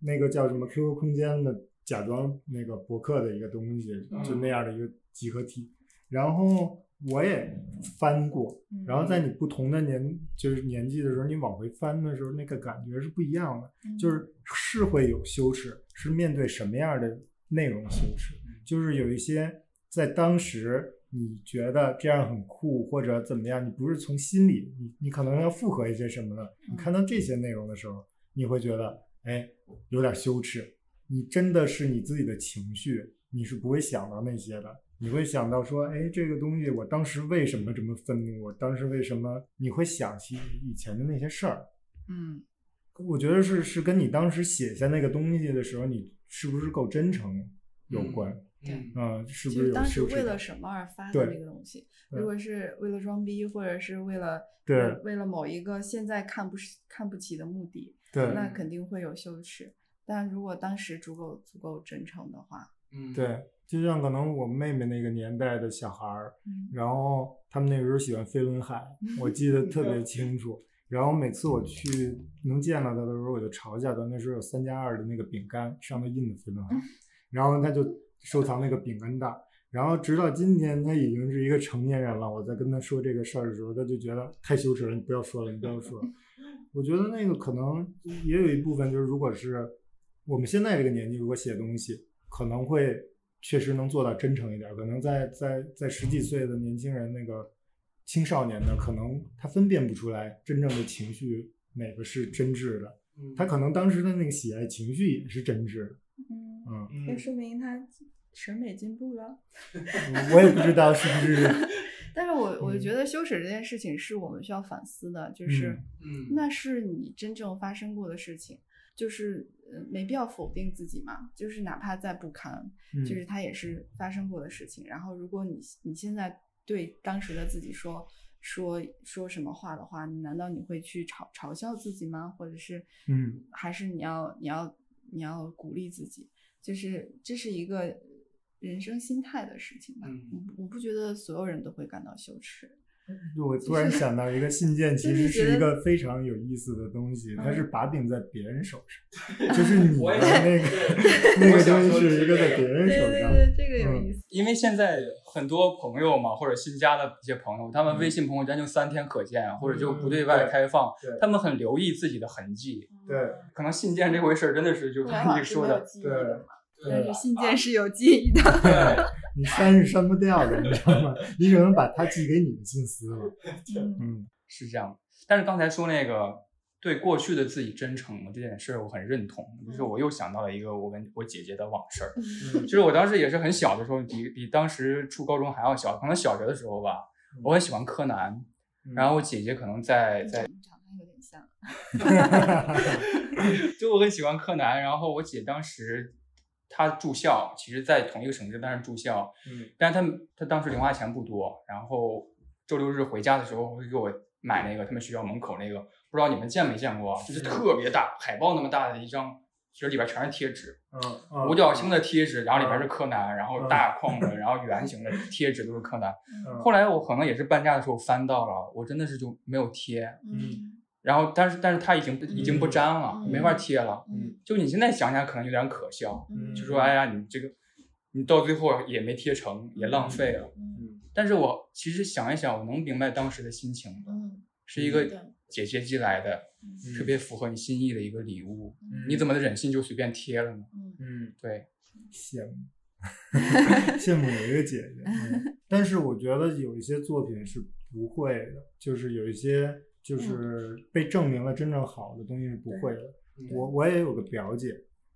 S2: 那个叫什么 QQ 空间的假装那个博客的一个东西，就
S4: 嗯
S2: 那样的一个集合体。然后我也翻过，
S3: 嗯
S2: 然后在你不同的年就是年纪的时候，你往回翻的时候，那个感觉是不一样的。
S4: 嗯
S3: 嗯
S2: 就是是会有羞耻，是面对什么样的内容羞耻？就是有一些在当时你觉得这样很酷或者怎么样，你不是从心里，你你可能要附和一些什么的。你看到这些内容的时候，你会觉得哎有点羞耻，你真的是你自己的情绪，你是不会想到那些的。你会想到说，哎，这个东西我当时为什么这么愤怒？我当时为什么？你会想起以前的那些事儿，
S3: 嗯
S2: 我觉得是是跟你当时写下那个东西的时候，你是不是够真诚有关，
S3: 对
S2: 嗯，是
S3: 就
S2: 不是有
S3: 当时
S2: 羞耻
S3: 为了
S2: 感
S3: 什么而发的
S2: 对
S3: 那个东西，
S2: 对
S3: 如果是为了装逼，或者是为了
S2: 对
S3: 为为了某一个现在看不是看不起的目的，
S2: 对
S3: 那肯定会有羞耻。但如果当时足够足够真诚的话，
S4: 嗯，
S2: 对，就像可能我妹妹那个年代的小孩儿，
S3: 嗯
S2: 然后他们那时候喜欢飞轮海，我记得特别清楚。然后每次我去能见到他的时候，我就嘲笑他，那时候有三加二的那个饼干，上面印的飞轮海， 然后他就收藏那个饼干袋。然后直到今天，他已经是一个成年人了。我在跟他说这个事儿的时候，他就觉得太羞耻了，你不要说了，你不要说了。我觉得那个可能也有一部分就是，如果是我们现在这个年纪，如果写东西，可能会确实能做到真诚一点。可能在在在十几岁的年轻人那个青少年呢，可能他分辨不出来真正的情绪哪个是真挚的，
S4: 嗯
S2: 他可能当时的那个喜爱情绪也是真挚的。
S3: 嗯，
S2: 嗯，
S3: 那
S4: 嗯
S3: 说明他审美进步了。
S2: 我也不知道是不 是，
S3: 但是我我
S2: 嗯
S3: 觉得羞耻这件事情是我们需要反思的，就是
S4: 嗯
S2: 嗯
S3: 那是你真正发生过的事情，就是呃没必要否定自己嘛，就是哪怕再不堪，
S2: 嗯
S3: 就是它也是发生过的事情。然后如果你你现在对当时的自己说说说什么话的话，你难道你会去嘲嘲笑自己吗？或者是
S2: 嗯，
S3: 还是你要你要你要鼓励自己，就是这是一个人生心态的事情吧。
S4: 嗯
S3: 我不我不觉得所有人都会感到羞耻。
S2: 我突然想到一个信件，
S3: 就
S2: 其
S3: 是
S2: 实
S3: 觉
S2: 是
S3: 得
S2: 一个非常有意思的东西，它
S3: 嗯
S2: 是把柄在别人手上，就是你
S4: 我
S2: 的
S4: 也
S2: 那个那个东西是一个在别人
S3: 对
S2: 手
S3: 对
S2: 上，
S3: 对，这个有
S2: 嗯
S3: 意思。
S1: 因为现在很多朋友嘛，或者新加的一些朋友，他们
S2: 嗯
S1: 微信朋友圈就三天可见，啊或者就不
S2: 嗯
S1: 对外
S2: 对
S1: 开放
S2: 对，嗯
S1: 他们很留意自己的痕迹。
S3: 嗯
S2: 对
S1: 可能信件这回事儿真的是就
S3: 互联
S1: 刚
S3: 网
S4: 啊
S1: 你
S3: 是
S1: 说
S3: 没有
S1: 的，
S3: 记忆的
S2: 对
S3: 嘛，但
S2: 对啊
S3: 是信件是有记忆的。
S1: 对，
S2: 你删是删不掉的，你知道吗？你只能把他寄给你的信撕了。
S3: 嗯
S2: 嗯
S1: 是这样。但是刚才说那个对过去的自己真诚这件事，儿，我很认同。就是我又想到了一个我跟我姐姐的往事儿，
S2: 嗯
S1: 其实我当时也是很小的时候，比比当时初高中还要小，可能小学的时候吧
S2: 嗯。
S1: 我很喜欢柯南，
S2: 嗯
S1: 然后我姐姐可能 在在
S3: 你长得有点像，
S1: 就我很喜欢柯南，然后我姐当时她住校，其实在同一个省市，但是住校，
S2: 嗯，
S1: 但是她她当时零花钱不多，然后周六日回家的时候会给我买那个他们学校门口那个，不知道你们见没见过啊，就是特别大，海报那么大的一张。其实里边全是贴纸，
S2: 嗯
S1: 五角星的贴纸，然后里边是柯南，然后
S2: 嗯
S1: 大框的，然后圆形的贴纸都是柯南。
S2: 嗯
S4: 啊
S1: 后来我可能也是搬家的时候翻到了，我真的是就没有贴，
S2: 嗯
S1: 然后但是但是它已经不已经不粘了，
S3: 嗯
S1: 没法贴了。
S3: 嗯
S1: 就你现在想想，可能有点可笑，
S3: 嗯，
S1: 就说哎呀，你这个你到最后也没贴成，也浪费了。
S3: 嗯
S2: 嗯
S1: 但是我其实想一想，我能明白当时的心情，
S3: 嗯，
S1: 是一个
S3: 对
S1: 姐姐寄来的，
S3: 嗯
S1: 特别符合你心意的一个礼物，
S3: 嗯
S1: 你怎么忍心就随便贴了呢？
S3: 嗯
S4: 嗯
S1: 对，
S2: 羡慕，羡慕有一个姐姐。嗯但是我觉得有一些作品是不会的，就是有一些就是被证明了真正好的东西是不会的。我我也有个表姐，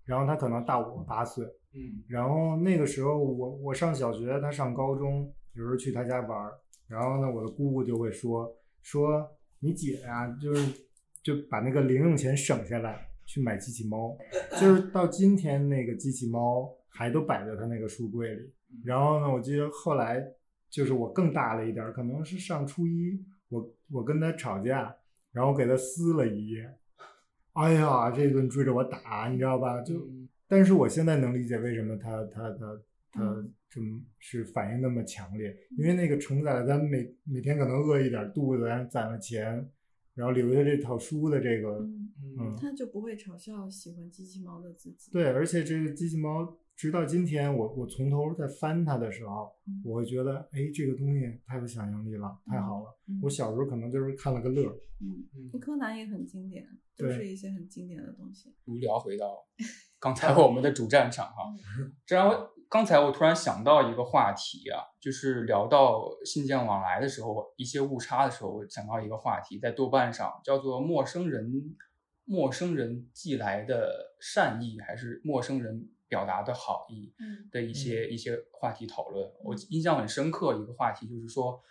S2: 然后她可能大我八岁，
S4: 嗯
S2: 然后那个时候我我上小学，她上高中，有时候去她家玩儿，然后呢，我的姑姑就会说说你姐呀、就是就把那个零用钱省下来去买机器猫，就是到今天那个机器猫还都摆在她那个书柜里。
S3: 嗯
S2: 然后呢，我记得后来就是我更大了一点儿，可能是上初一，我我跟她吵架，然后给她撕了一页。哎呀，这顿追着我打，你知道吧？就
S3: 嗯
S2: 但是我现在能理解为什么他他他他
S3: 嗯
S2: 这么是反应那么强烈，因为那个承载了咱每每天可能饿一点肚子，然后攒了钱，然后留下这套书的这个，
S3: 嗯，
S2: 嗯
S3: 他就不会嘲笑喜欢机器猫的自己。
S2: 对，而且这个机器猫直到今天我，我从头在翻它的时候，
S3: 嗯
S2: 我会觉得哎，这个东西太有想象力了，太好了。
S3: 嗯，
S2: 我小时候可能就是看了个乐儿，
S3: 嗯，
S4: 嗯
S3: 柯南也很经典，都
S2: 对
S3: 是一些很经典的东西。
S1: 如聊回 到刚才我们的主战场哈、
S3: 嗯
S1: 这让我刚才我突然想到一个话题啊，就是聊到信件往来的时候，一些误差的时候，我想到一个话题，在豆瓣上叫做“陌生人陌生人寄来的善意”还是“陌生人表达的好意”
S3: 嗯
S1: 的一些、一些话题讨论。我印象很深刻一个话题就是说，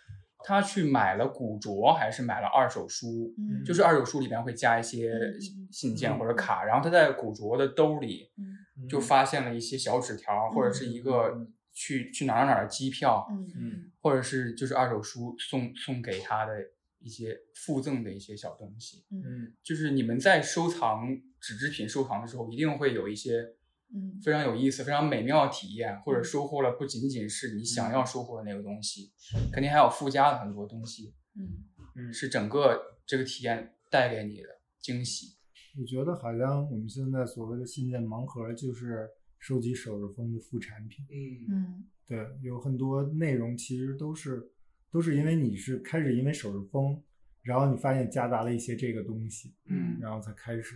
S1: 他去买了古着还是买了二手书，
S3: 嗯
S1: 就是二手书里边会加一些
S3: 嗯嗯嗯
S1: 信件或者卡，然后他在古着的兜里
S3: 嗯
S1: 就发现了一些小纸条，或者是一个
S4: 嗯
S1: 去去哪儿哪儿的机票，
S3: 嗯
S1: 或者是就是二手书送送给他的一些附赠的一些小东西。
S3: 嗯
S4: 嗯
S1: 就是你们在收藏纸制品收藏的时候，一定会有一些
S3: 嗯，
S1: 非常有意思、非常美妙的体验，或者收获了不仅仅是你
S3: 嗯
S1: 想要收获的那个东西，肯定还有附加的很多东西，
S3: 嗯
S4: 嗯
S1: 是整个这个体验带给你的惊喜。
S2: 我觉得好像我们现在所谓的信件盲盒就是收集首日封的副产品。
S4: 嗯
S3: 嗯
S2: 对，有很多内容其实都是都是因为你是开始因为手日风，然后你发现夹杂了一些这个东西，
S3: 嗯
S2: 然后才开始。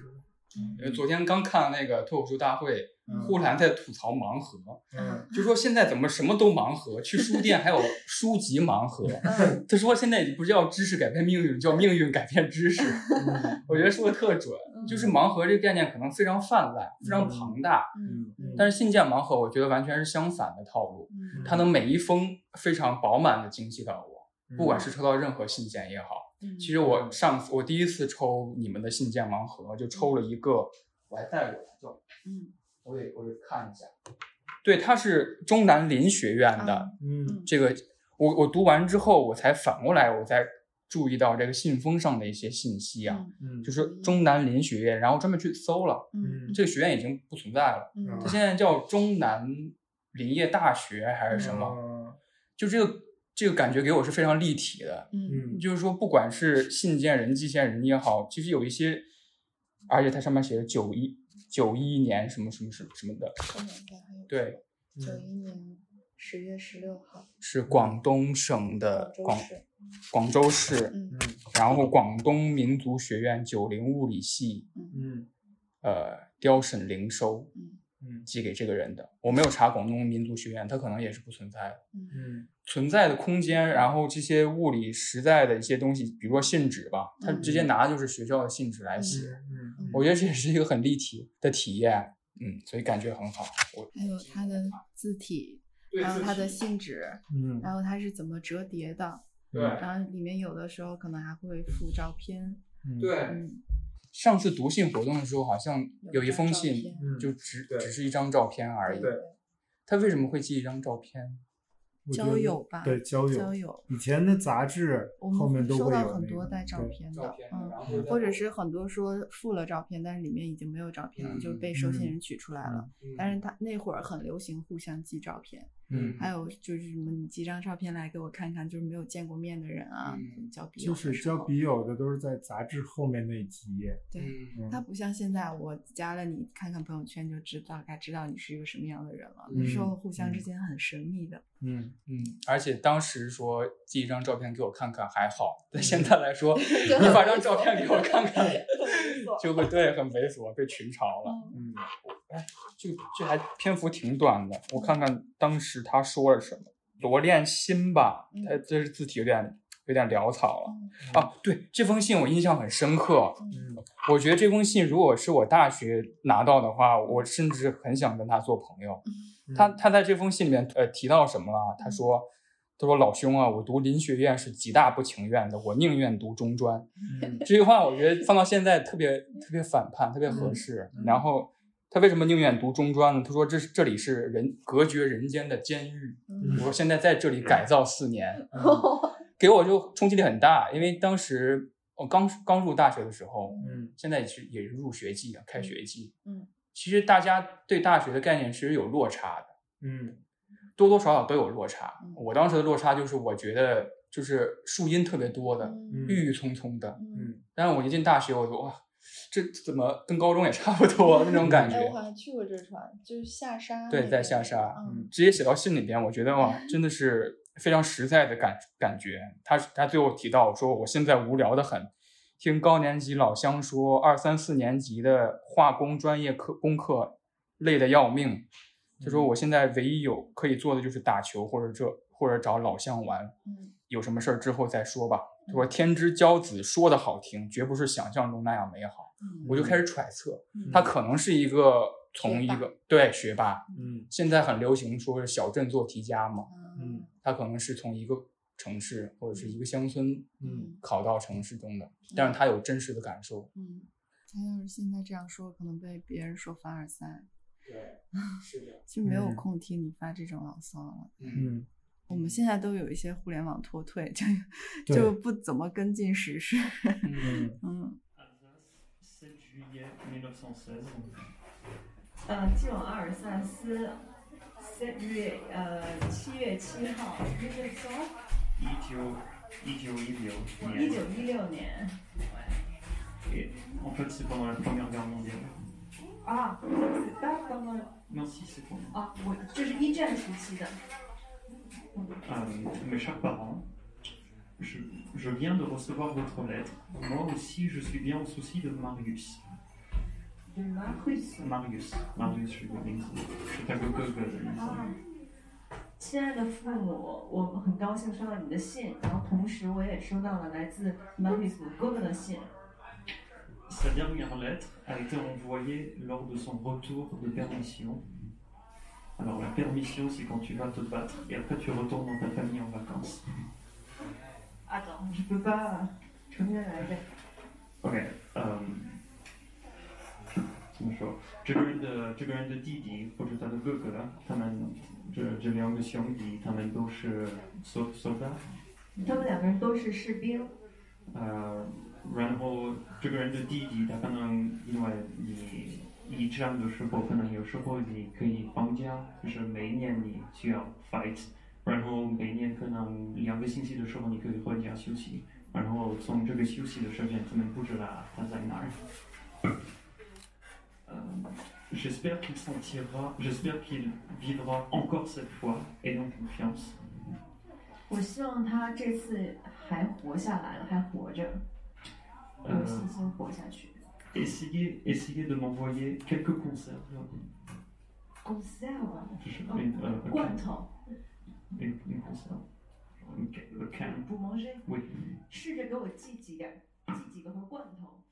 S1: 因为昨天刚看那个脱口秀大会，
S2: 嗯
S1: 呼兰在吐槽盲盒，
S4: 嗯
S1: 就说现在怎么什么都盲盒，去书店还有书籍盲盒。
S3: 嗯
S1: 他说现在已经不叫知识改变命运，叫命运改变知识。
S3: 嗯
S1: 我觉得说的特准，就是盲盒这个概念可能非常泛滥，非常庞大，
S3: 嗯嗯，
S1: 但是信件盲盒我觉得完全是相反的套路，
S3: 嗯
S1: 它能每一封非常饱满的惊喜到我，不管是抽到任何信件也好。
S3: 嗯
S1: 其实我上次我第一次抽你们的信件盲盒，就抽了一个，我还带过来，就
S3: 嗯
S1: 我得我得看一下。对，它是中南林学院的、
S3: 啊
S2: 嗯
S3: 嗯
S1: 这个，我我读完之后，我才反过来，我才注意到这个信封上的一些信息啊，
S2: 嗯
S1: 就是中南林学院，然后专门去搜了，
S3: 嗯
S1: 这个学院已经不存在了，
S3: 嗯
S1: 它现在叫中南林业大学还是什么？
S3: 嗯
S2: 么？
S1: 就这个这个感觉给我是非常立体的，
S3: 嗯
S1: 就是说，不管是信件人、寄件人也好，其实有一些，而且它上面写着九一九一年什么什么什么什么的，
S3: 后两天还有
S1: 对，
S2: 嗯
S3: 九一年十月十六号，
S1: 是广东省的
S3: 广
S1: 广广州
S3: 州市
S1: 市，
S3: 嗯
S1: 然后广东民族学院九零物理系，
S4: 嗯
S1: 呃，雕沈灵收
S3: 嗯
S4: 嗯
S1: 寄给这个人的。我没有查广东民族学院，它可能也是不存在的。
S3: 嗯
S4: 嗯
S1: 存在的空间，然后这些物理实在的一些东西，比如说信纸吧，他直
S3: 嗯
S1: 接拿就是学校的信纸来写，
S4: 嗯
S1: 我觉得这也是一个很立体的体验，嗯，所以感觉很好。我
S3: 还有它的字体，
S4: 对
S3: 还有
S4: 字
S3: 它的
S4: 体
S3: 信纸，
S2: 嗯
S3: 然后它是怎么折叠的，
S4: 对
S3: 然后里面有的时候可能还会附照片，
S4: 对
S3: 嗯，
S1: 上次读信活动的时候，好像有一
S3: 张
S1: 封
S3: 照
S1: 信
S3: 片
S4: 嗯
S1: 就只
S4: 对
S1: 只是一张照片而已。
S4: 对
S1: 他为什么会寄一张照片？
S2: 我觉
S3: 交
S2: 得
S3: 友吧
S2: 对交友，
S3: 交友
S2: 以前的杂志
S3: 我
S2: 后面
S3: 们
S2: 都
S3: 收
S2: 会
S3: 到
S2: 有
S3: 很
S2: 那
S3: 多
S2: 个
S3: 带照
S2: 对
S3: 片
S1: 照
S3: 的
S1: 片，
S3: 嗯，
S1: 然后再
S3: 或者是很多说附了照片，但是里面已经没有照片了，
S1: 嗯
S3: 就被收信
S2: 嗯
S3: 人取出来了。但是他那会儿很流行互相寄照片，
S2: 嗯
S3: 还有就是什么，你寄张照片来给我看看，就是没有见过面的人啊，
S4: 嗯
S3: 交笔友
S2: 就
S3: 的
S2: 是
S3: 时
S2: 交
S3: 候
S2: 笔友的都是在杂志后面那几页。
S3: 对，
S4: 嗯
S3: 它
S2: 嗯，
S3: 不像现在，我加了你，看看朋友圈就知道，该知道你是一个什么样的人了。那时候
S2: 嗯
S3: 互相之
S2: 嗯
S3: 间很神秘的，
S2: 嗯，
S1: 嗯，而且当时说寄一张照片给我看看还好，但现在来说，
S3: 嗯就
S1: 你
S3: 很
S1: 发
S3: 猥
S1: 张照
S3: 琐
S1: 片给我看看
S3: 猥琐，
S1: 就会对很猥琐，被群嘲了。哎
S3: 嗯
S2: 嗯，
S1: 这这还篇幅挺短的，我看看当时他说了什么。罗恋心吧，
S3: 嗯
S1: 他这是字体有点有点潦草了、
S3: 嗯
S1: 啊。对，这封信我印象很深刻，
S3: 嗯
S1: 我觉得这封信如果是我大学拿到的话，我甚至很想跟他做朋友。
S2: 嗯
S3: 嗯
S1: 他他在这封信里面呃提到什么了？他说。他说：“老兄啊，我读林学院是极大不情愿的，我宁愿读中专。
S2: 嗯
S1: 这句话我觉得放到现在特别特别反叛，特别
S3: 嗯
S1: 合适。然后他为什么宁愿读中专呢？他说这是这里是人隔绝人间的监狱。
S3: 嗯
S1: 我说现在在这里改造四年，
S3: 嗯
S1: 给我就冲击力很大，因为当时我刚刚入大学的时候，
S2: 嗯
S1: 现在也是也是入学季啊，开学季。
S3: 嗯，
S1: 其实大家对大学的概念其实有落差的，
S2: 嗯
S1: 多多少少都有落差
S3: 嗯。
S1: 我当时的落差就是我觉得就是树荫特别多的，
S3: 嗯
S1: 郁郁葱葱的。
S3: 嗯
S2: 嗯
S1: 但是我一进大学，我就哇，这这怎么跟高中也差不多那种感觉
S3: 哎，？我好像去过这船，就是下沙那边那个。
S1: 对在下沙
S3: 嗯
S1: 直接写到信里边，我觉得哇，真的是非常实在的感感觉。他他最后提到说，我现在无聊的很，听高年级老乡说，二三四年级的化工专业课功课累得要命。他说
S2: 嗯
S1: 我现在唯一有可以做的就是打球，或者这或者找老乡玩，
S3: 嗯
S1: 有什么事儿之后再说吧。他说天之骄子说的好听，绝不是想象中那样美好。
S3: 嗯
S1: 我就开始揣测，
S3: 嗯
S1: 他可能是一个从一
S3: 学霸
S1: 个对学霸，
S2: 嗯
S1: 现在很流行说是小镇做题家嘛，
S3: 嗯
S1: 他可能是从一个城市或者是一个乡村，
S3: 嗯
S1: 考到城市中的，但是他有真实的感受，
S3: 嗯，他要是现在这样说，可能被别人说凡尔赛，
S4: 对，是的，
S3: 就没有
S2: 嗯
S3: 空听你发这种牢骚了。
S4: 嗯，
S2: 嗯，
S3: 我们现在都有一些互联网脱退，就
S2: 对
S3: 就不怎么跟进时事。
S2: 嗯
S3: 嗯，
S6: Alsace, 7 juillet 1916.
S7: 呃，进往阿尔萨斯，三月呃七月七号，那是什么？一九一六年
S6: Et en fait, c'est pendant la Première Guerre mondiale.
S7: 啊，是吧刚刚
S6: Non, si, c'est pendant.
S7: 啊，我这是一战时期的，
S6: Euh, mes chers parents, je, je viens de recevoir votre lettre. Moi aussi, je suis bien au souci de Marius.
S7: 对吗？
S6: Marius. Marius, je suis Je suis ta glucose, Valérie.
S7: 啊，亲爱的父母，我很高兴收到你的信，然后同时我也收到了来自马里斯哥哥的信。
S6: Sa dernière lettre a été envoyée lors de son retour de permission. Alors la permission, c'est quand tu vas te battre et après tu retournes dans ta famille en vacances.
S7: 啊，等，je peux pas，重新来一遍。
S6: OK，嗯，euh, 怎么说？这个人的这个人的弟弟或者他的哥哥，他们这这两个兄弟，他们都是 so so 的，
S7: 他们两个人都是士兵，
S6: 呃，然后这个人的弟弟，他可能因为你一战的时候，可能有时候你可以放假，就是每一年你需要 fight，然后每年可能两个星期的时候你可以回家休息，然后从这个休息的时间，他们不知道他在哪儿。Euh, J'espère qu'il s'en tirera, j'espère qu'il vivra encore cette fois, et en confiance.
S7: 我希望他这次还活下来了，还活着，有信心活下去。
S6: Essayez, essayez de m'envoyer quelques conserves.
S7: 公司啊，
S6: Je sais
S7: 哦
S6: pas, une, euh, un
S7: 罐
S6: can-
S7: 头
S6: une, une conserve. Une ca- le can.
S7: 不蒙人，
S6: Oui.
S7: 试着给我寄几点儿，寄几个盒罐头，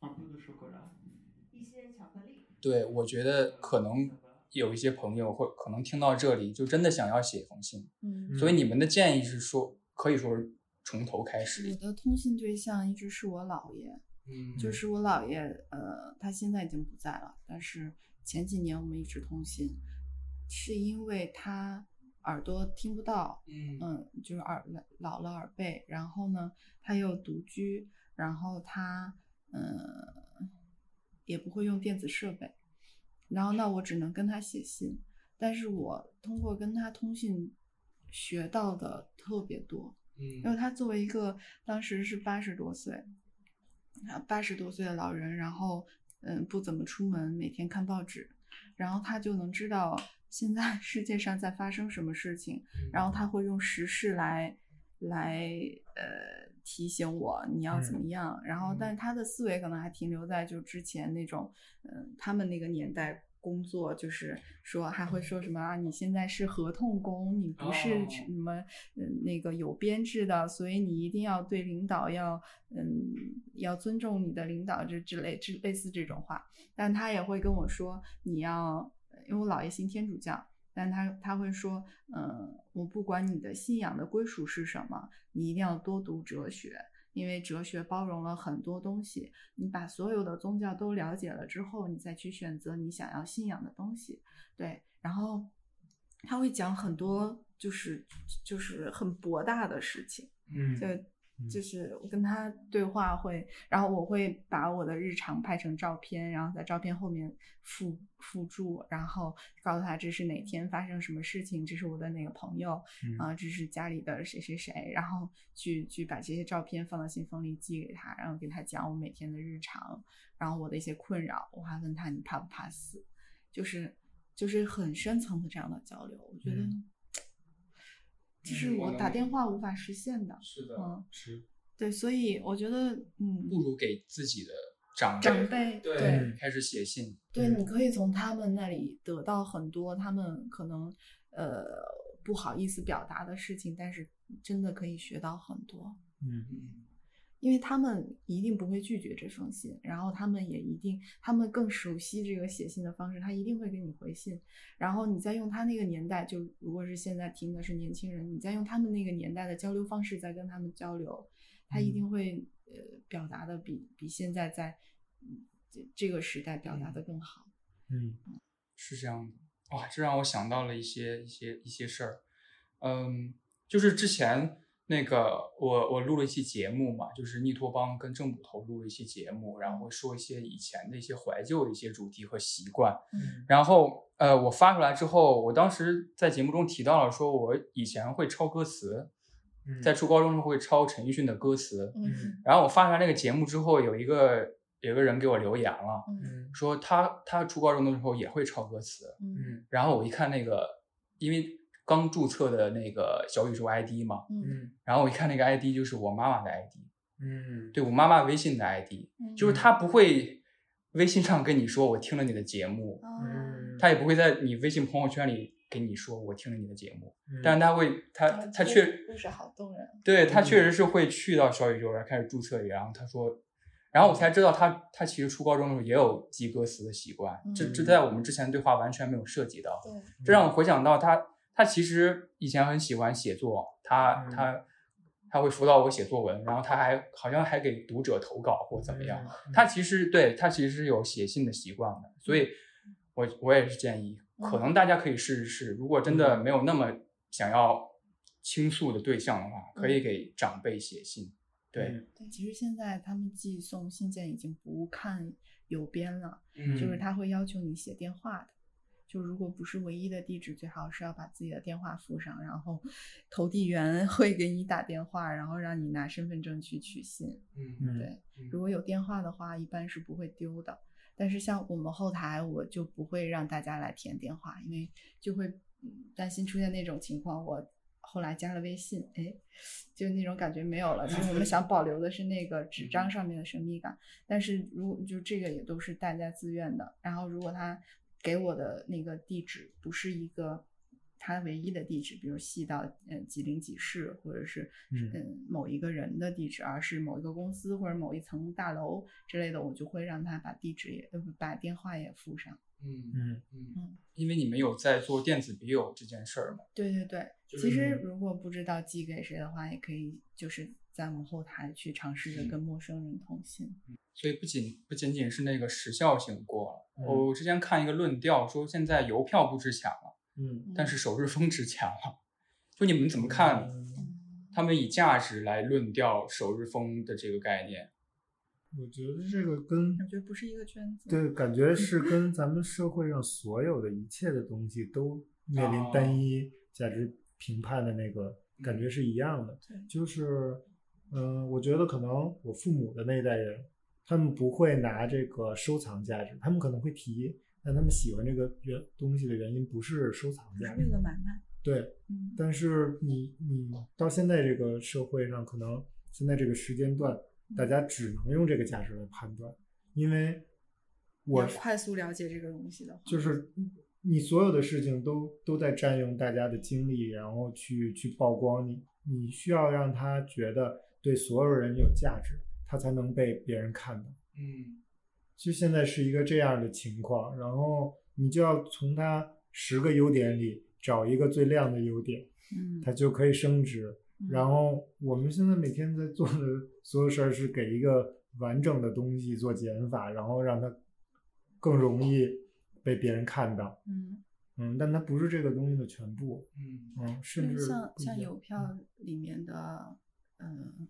S6: Un peu de chocolat.
S7: 一些巧克力。
S1: 对我觉得可能有一些朋友会可能听到这里就真的想要写一封信，
S3: 嗯，
S1: 所以你们的建议是说可以说是从头开
S3: 我
S1: 始，
S3: 的通信对象一直是我姥爷。
S1: 嗯
S3: 就是我姥爷，呃，他现在已经不在了，但是前几年我们一直通信，是因为他耳朵听不到，
S1: 嗯
S3: 嗯，就是耳老了耳背，然后呢，他又独居，然后他嗯、也不会用电子设备，然后那我只能跟他写信，但是我通过跟他通信学到的特别多，因为
S4: 嗯
S3: 他作为一个当时是八十多岁，啊八十多岁的老人，然后嗯不怎么出门，每天看报纸，然后他就能知道现在世界上在发生什么事情，然后他会用时事来来呃提醒我你要怎么样，然后但是他的思维可能还停留在就之前那种，嗯、他们那个年代。工作就是说还会说什么啊？你现在是合同工，你不是
S4: 哦
S3: 什么、嗯那个有编制的，所以你一定要对领导要嗯要尊重你的领导这之类之类似这种话。但他也会跟我说你要，因为我姥爷信天主教，但他他会说，嗯，我不管你的信仰的归属是什么，你一定要多读哲学，因为哲学包容了很多东西。你把所有的宗教都了解了之后，你再去选择你想要信仰的东西。对，然后他会讲很多，就是就是很博大的事情。
S4: 嗯
S3: 就就是我跟他对话会，然后我会把我的日常拍成照片，然后在照片后面附附注，然后告诉他这是哪天发生什么事情，这是我的哪个朋友
S2: 嗯
S3: 啊、这是家里的谁谁谁，然后去去把这些照片放到信封里寄给他，然后给他讲我每天的日常，然后我的一些困扰，我还问他你怕不怕死，就是就是很深层的这样的交流，我觉得
S2: 嗯
S3: 这是
S1: 嗯我
S3: 我
S1: 能
S3: 打
S1: 理
S3: 电
S1: 解
S3: 话无法实现的。
S1: 是的
S3: 嗯
S1: 是
S3: 对，所以我觉得，嗯，
S1: 不如给自己的长
S3: 长辈
S1: 对
S3: 对
S1: 开始写信，
S3: 对，
S2: 嗯
S3: 你可以从他们那里得到很多他们可能呃不好意思表达的事情，但是真的可以学到很多，
S2: 嗯
S3: 因为他们一定不会拒绝这封信，然后他们也一定，他们更熟悉这个写信的方式，他一定会给你回信，然后你再用他那个年代，就如果是现在听的是年轻人，你再用他们那个年代的交流方式再跟他们交流，他一
S2: 嗯
S3: 定会呃表达的比比现在在嗯这这个时代表达的更好。
S2: 嗯
S1: 是这样的。哇，这让我想到了一些一些一些事儿。嗯，就是之前那个我我录了一期节目嘛，就是逆托邦跟郑捕头录了一期节目，然后会说一些以前的一些怀旧的一些主题和习惯。然后呃，我发出来之后，我当时在节目中提到了，说我以前会抄歌词，
S4: 嗯
S1: 在初高中时候会抄陈奕迅的歌词。
S4: 嗯
S1: 然后我发出来那个节目之后，有一个有一个人给我留言了，
S4: 嗯
S1: 说他他初高中的时候也会抄歌词。
S4: 嗯
S1: 然后我一看那个，因为刚注册的那个小宇宙 ID 嘛，
S4: 嗯
S1: 然后我一看那个 ID 就是我妈妈的 ID，
S4: 嗯，
S1: 对我妈妈微信的 ID，就是
S4: 嗯
S1: 他不会微信上跟你说我听了你的节目，
S3: 啊
S4: 嗯，
S1: 他也不会在你微信朋友圈里跟你说我听了你的节目，
S4: 嗯
S1: 但是他会他他确
S3: 啊故事好动人，
S1: 对他
S4: 嗯
S1: 确实是会去到小宇宙，然后开始注册一个，然后他说，然后我才知道他他其实初高中的时候也有记歌词的习惯，这这
S4: 嗯
S1: 在我们之前对话完全没有涉及到，
S3: 对，
S1: 这让我回想到他他其实以前很喜欢写作，他
S4: 嗯
S1: 他他会辅导我写作文，然后他还好像还给读者投稿或怎么样，
S4: 嗯？
S1: 他其实对他其实是有写信的习惯的，所以
S4: 嗯
S1: 我我也是建议，可能大家可以试一试，如果真
S4: 嗯
S1: 的没有那么想要倾诉的对象的话，可
S4: 嗯
S1: 以给长辈写信。对，
S3: 对，其实现在他们寄送信件已经不看邮编了，
S4: 嗯
S3: 就是他会要求你写电话的。就如果不是唯一的地址，最好是要把自己的电话附上，然后投递员 会给你打电话，然后让你拿身份证去取信。
S4: 嗯
S2: 嗯
S3: 对，如果有电话的话，一般是不会丢的。但是像我们后台，我就不会让大家来填电话，因为就会嗯担心出现那种情况。我后来加了微信，哎，就那种感觉没有了。其实我们想保留的是那个纸张上面的神秘感，但是如果就这个也都是大家自愿的。然后如果他给我的那个地址不是一个他唯一的地址，比如细到呃几零几室，或者是
S2: 嗯
S3: 嗯某一个人的地址，而是某一个公司或者某一层大楼之类的，我就会让他把地址也呃不把电话也附上。
S1: 嗯
S2: 嗯
S1: 嗯
S3: 嗯，
S1: 因为你们有在做电子笔友这件事儿嘛，
S3: 对对对，
S4: 就
S3: 其
S4: 是
S3: 实如果不知道寄给谁的话，也可以就是在我们后台去尝试着跟陌生人通信。
S1: 所以不仅不仅仅是那个时效性过了。我之前看一个论调说，现在邮票不值钱了，
S4: 嗯，
S1: 但是首日封值钱了。就你们怎么看？
S3: 嗯
S1: 他们以价值来论调首日封的这个概念？
S2: 我觉得这个跟
S3: 感觉不是一个圈子。
S2: 对，感觉 是跟咱们社会上所有的一切的东西都面
S3: 哦
S2: 临单一价值评判的那个感觉是一样的。
S3: 嗯对
S2: 就是，嗯、我觉得可能我父母的那一代人，他们不会拿这个收藏价值，他们可能会提，但他们喜欢这个原东西的原因不是收藏
S3: 不
S2: 价
S3: 是
S2: 值
S3: 为，了买卖。
S2: 对，
S3: 嗯，
S2: 但是你你到现在这个社会上，可能现在这个时间段，大家只能用这个价值来判断，因为我
S3: 要快速了解这个东西的话，
S2: 就是你所有的事情都都在占用大家的精力，然后去去曝光你，你需要让他觉得对所有人有价值，他才能被别人看到。
S1: 嗯
S2: 就现在是一个这样的情况，然后你就要从他十个优点里找一个最亮的优点，
S3: 嗯，
S2: 它就可以升值。
S3: 嗯
S2: 然后我们现在每天在做的所有事儿是给一个完整的东西做减法，然后让它更容易被别人看到。
S3: 嗯，
S2: 嗯，但它不是这个东西的全部。
S1: 嗯
S2: 嗯，甚
S3: 就
S2: 至
S3: 是像
S2: 不一
S3: 像
S2: 样嗯
S3: 邮票里面的，嗯，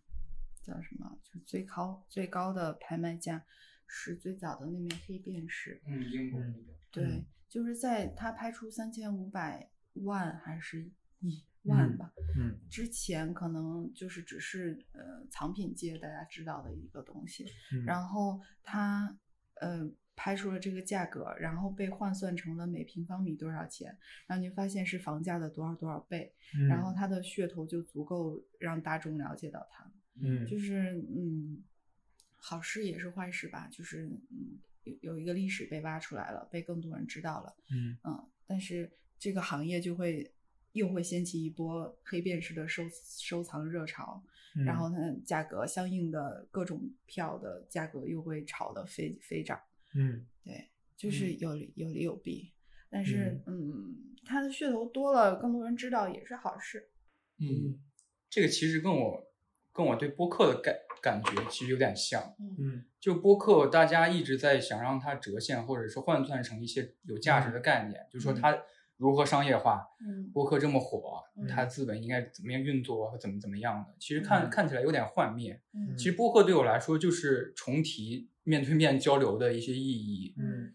S3: 叫什么？就是最高最高的拍卖价是最早的那枚黑便士，
S1: 嗯，英国那边，
S3: 对，
S2: 嗯
S3: 就是在他拍出三千五百万还是一万
S2: 嗯
S3: 吧，
S2: 嗯
S3: 之前可能就是只是呃藏品界大家知道的一个东西，
S2: 嗯，
S3: 然后他呃拍出了这个价格，然后被换算成了每平方米多少钱，然后你发现是房价的多少多少倍，
S2: 嗯
S3: 然后它的噱头就足够让大众了解到它。
S2: 嗯
S3: 就是嗯，好事也是坏事吧，就是嗯有有一个历史被挖出来了，被更多人知道了，
S2: 嗯
S3: 嗯，但是这个行业就会又会掀起一波黑便士的收收藏热潮，
S2: 嗯
S3: 然后它的价格相应的各种票的价格又会炒得飞飞涨，
S2: 嗯
S3: 就是有利有利有弊。但是，嗯，它的噱头多了，更多人知道也是好事。
S1: 嗯，这个其实跟我跟我对播客的感感觉其实有点像。
S2: 嗯
S1: 就播客，大家一直在想让它折现，或者说换算成一些有价值的概念，就说它如何商业化，
S3: 嗯
S1: 播客这么火
S3: 嗯，
S1: 它资本应该怎么样运作，或怎么怎么样的。其实看、
S2: 嗯
S1: 看起来有点幻灭，
S3: 嗯
S1: 其实播客对我来说就是重提面对面交流的一些意义。
S2: 嗯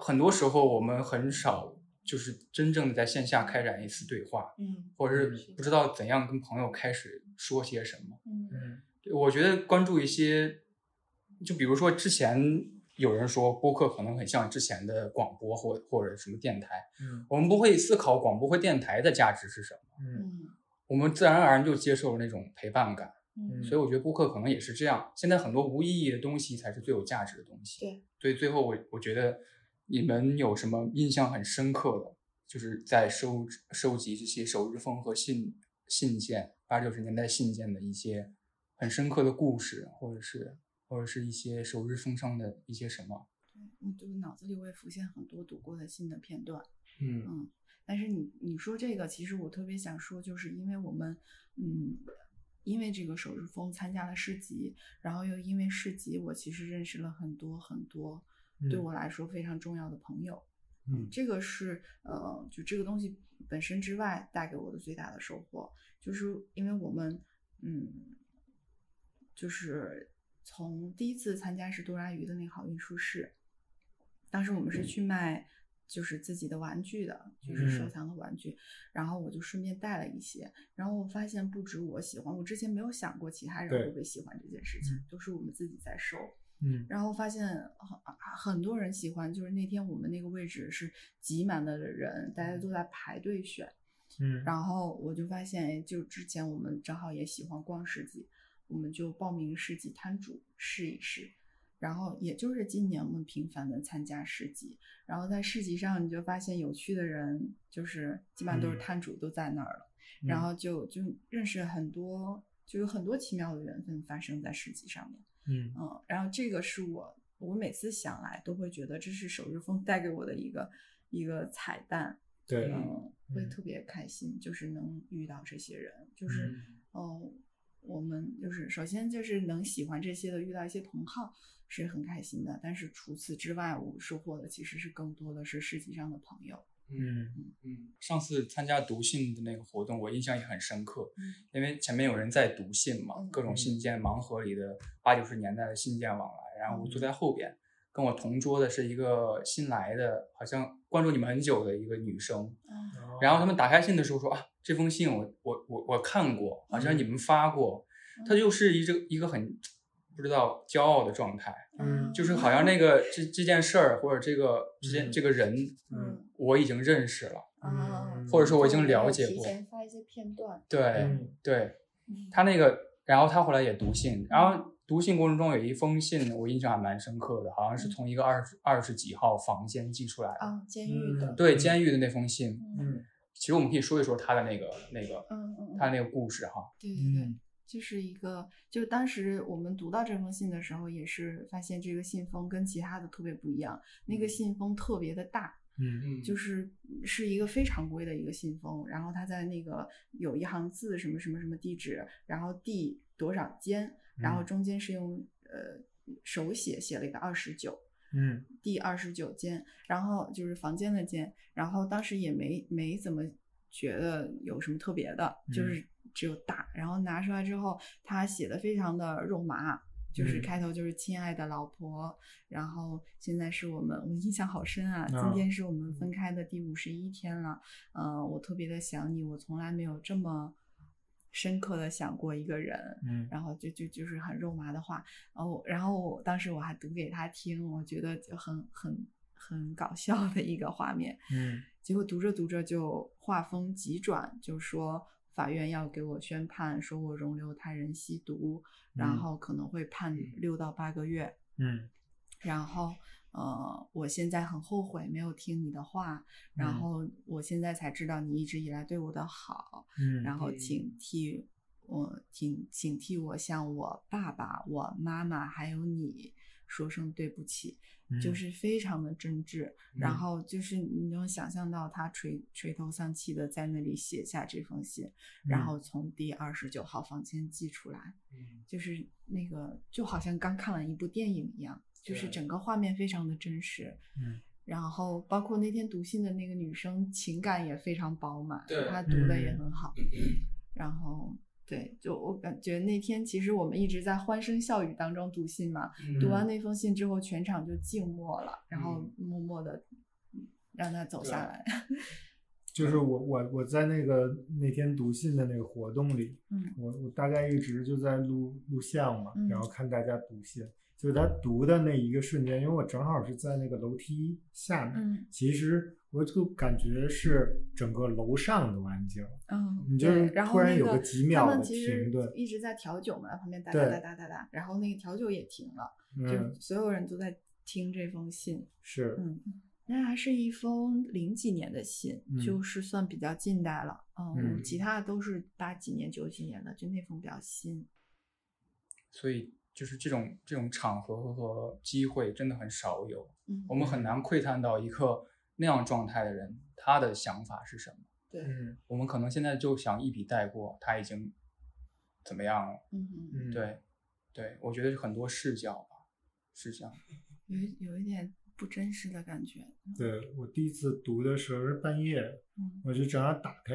S1: 很多时候我们很少就是真正的在线下开展一次对话，
S3: 嗯
S1: 或者
S3: 是
S1: 是不知道怎样跟朋友开始说些什么。
S3: 嗯
S2: 嗯
S1: 对我觉得关注一些，就比如说之前有人说播客可能很像之前的广播或或者什么电台，
S2: 嗯
S1: 我们不会思考广播或电台的价值是什么，
S2: 嗯
S3: 嗯
S1: 我们自然而然就接受了那种陪伴感。
S3: 嗯
S1: 所以我觉得播客可能也是这样。现在很多无意义的东西才是最有价值的东西。
S3: 对，
S1: 所以最后我我觉得你们有什么印象很深刻的，就是在收收集这些首日封和信信件，八九十年代信件的一些很深刻的故事，或者是或者是一些首日封上的一些什么。
S3: 我就脑子里会浮现很多读过的信的片段。
S1: 嗯
S3: 嗯，但是你你说这个，其实我特别想说，就是因为我们，嗯，因为这个首日封参加了市集，然后又因为市集，我其实认识了很多很多对
S2: 嗯
S3: 我来说非常重要的朋友。
S2: 嗯
S3: 这个是呃，就这个东西本身之外带给我的最大的收获，就是因为我们，嗯，就是从第一次参加是多拉鱼的那个好运书市，当时我
S2: 嗯
S3: 们是去卖就是自己的玩具的，就是收
S2: 嗯
S3: 藏的玩具，然后我就顺便带了一些，然后我发现不止我喜欢，我之前没有想过其他人
S2: 对
S3: 会不会喜欢这件事情
S2: 嗯，
S3: 都是我们自己在收。
S2: 嗯
S3: 然后发现很啊很多人喜欢，就是那天我们那个位置是挤满了人，大家都在排队选。
S2: 嗯，
S3: 然后我就发现，哎就之前我们正好也喜欢逛市集，我们就报名市集摊主试一试。然后也就是今年我们频繁的参加市集，然后在市集上你就发现有趣的人就是基本上都是
S2: 嗯
S3: 摊主都在那儿了。
S2: 嗯
S3: 然后就就认识很多，就有很多奇妙的缘分发生在市集上面。
S2: 嗯
S3: 嗯，然后这个是我我每次想来都会觉得这是首日封带给我的一个一个彩蛋，
S2: 对，
S3: 嗯，会
S2: 嗯
S3: 特别开心，就是能遇到这些人，就是
S2: 嗯
S3: 哦、我们就是首先就是能喜欢这些的，遇到一些同好是很开心的，但是除此之外，我收获的其实是更多的是市集上的朋友，
S1: 嗯嗯，上次参加读信的那个活动，我印象也很深刻，
S2: 嗯
S1: 因为前面有人在读信嘛，各种信件盲盒里的八九十年代的信件往来，然后
S2: 嗯
S1: 我坐在后边，跟我同桌的是一个新来的，好像关注你们很久的一个女生，
S3: 嗯啊
S2: 哦
S1: 然后他们打开信的时候说啊，这封信我我我我看过，好
S2: 嗯
S1: 像你们发过，他就是一个一个很不知道骄傲的状态，
S2: 嗯
S1: 就是好像那个这这件事儿或者这个这件
S2: 嗯
S1: 这个人
S3: 嗯
S1: 我已经认识了。
S3: 啊，
S1: 或者说我已经
S3: 就是
S1: 了
S3: 有
S1: 解
S3: 提
S1: 过
S3: 前发一些片段，
S1: 对、
S2: 嗯
S1: 对，他那个，然后他后来也读信，然后读信过程中有一封信我印象还蛮深刻的，好像
S3: 嗯
S1: 是从一个二十二十几号房间寄出来的，
S3: 啊，监狱的，
S1: 对，监狱的那封信。
S2: 嗯
S1: 其实我们可以说一说他的那个那个
S3: 嗯嗯嗯，
S1: 他那个故事哈，
S3: 对对对。
S2: 嗯
S3: 就是一个，就当时我们读到这封信的时候，也是发现这个信封跟其他的特别不一样。那个信封特别的大，
S2: 嗯
S1: 嗯
S3: 就是是一个非常规的一个信封，然后它在那个有一行字什么什么什么地址，然后第多少间，然后
S2: 嗯
S3: 中间是用呃手写写了一个二十九，
S2: 嗯
S3: 第二十九间，然后就是房间的间，然后当时也没没怎么觉得有什么特别的，就
S2: 嗯
S3: 是只有大，然后拿出来之后，他写的非常的肉麻。就是
S2: 嗯
S3: 开头就是亲爱的老婆，然后现在是我们，我印象好深啊，今
S2: 啊
S3: 天是我们分开的第五十一天了，嗯、我特别的想你，我从来没有这么深刻的想过一个人，
S2: 嗯
S3: 然后就就就是很肉麻的话，然后然后我当时我还读给他听，我觉得就很很很搞笑的一个画面。
S2: 嗯
S3: 结果读着读着就画风急转，就说法院要给我宣判，说我容留他人吸毒，然
S2: 嗯
S3: 后可能会判六到八个月。
S2: 嗯
S3: 然后呃，我现在很后悔没有听你的话，然
S2: 嗯
S3: 后我现在才知道你一直以来对我的好，
S2: 嗯，
S3: 然后呃
S1: 嗯
S3: 请替我，请请替我向我爸爸、我妈妈还有你说声对不起，就
S2: 嗯
S3: 是非常的真挚。然
S2: 嗯
S3: 后就是你能想象到他垂垂头丧气的在那里写下这封信，然
S2: 嗯
S3: 后从第二十九号房间寄出来，
S1: 嗯
S3: 就是那个就好像刚看完一部电影一样，就是
S1: 对
S3: 整个画面非常的真实。
S2: 嗯。
S3: 然后，包括那天读信的那个女生，情感也非常饱满，
S1: 对
S3: 她读的也
S2: 嗯
S3: 很好。然后，对，就我感觉那天其实我们一直在欢声笑语当中读信嘛，
S2: 嗯
S3: 读完那封信之后，全场就静默了，然后默默的让它走
S2: 啊
S3: 下来。
S2: 就是我我我在那个那天读信的那个活动里，
S3: 嗯
S2: 我我大概一直就在录录像嘛，
S3: 嗯
S2: 然后看大家读信。就是他读的那一个瞬间，因为我正好是在那个楼梯下面，
S3: 嗯
S2: 其实我就感觉是整个楼上都安静了，
S3: 嗯，
S2: 你就
S3: 对
S2: 是
S3: 然
S2: 突
S3: 后
S2: 然
S3: 那
S2: 有
S3: 个
S2: 个几秒
S3: 他们
S2: 的
S3: 其实
S2: 停顿
S3: 一直在调酒嘛，旁边哒哒
S2: 对
S3: 哒哒哒哒，然后那个调酒也停了，
S2: 嗯，
S3: 就所有人都在听这封信。
S2: 是，
S3: 嗯，那还是一封零几年的信，
S2: 嗯
S3: 就是算比较近代了。嗯，
S2: 嗯
S3: 其他的都是八几年、九几年的，就那封比较新。
S1: 所以就是这种这种场合和机会真的很少有，
S3: 嗯，
S1: 我们很难窥探到一个那样状态的人他的想法是什么。
S3: 对，
S2: 嗯
S1: 我们可能现在就想一笔带过，他已经怎么样了？
S3: 嗯，
S2: 嗯，
S1: 对，对，我觉得是很多视角吧，是这样。
S3: 有一有一点不真实的感觉。
S2: 对我第一次读的时候是半夜，
S3: 嗯
S2: 我就正好打开，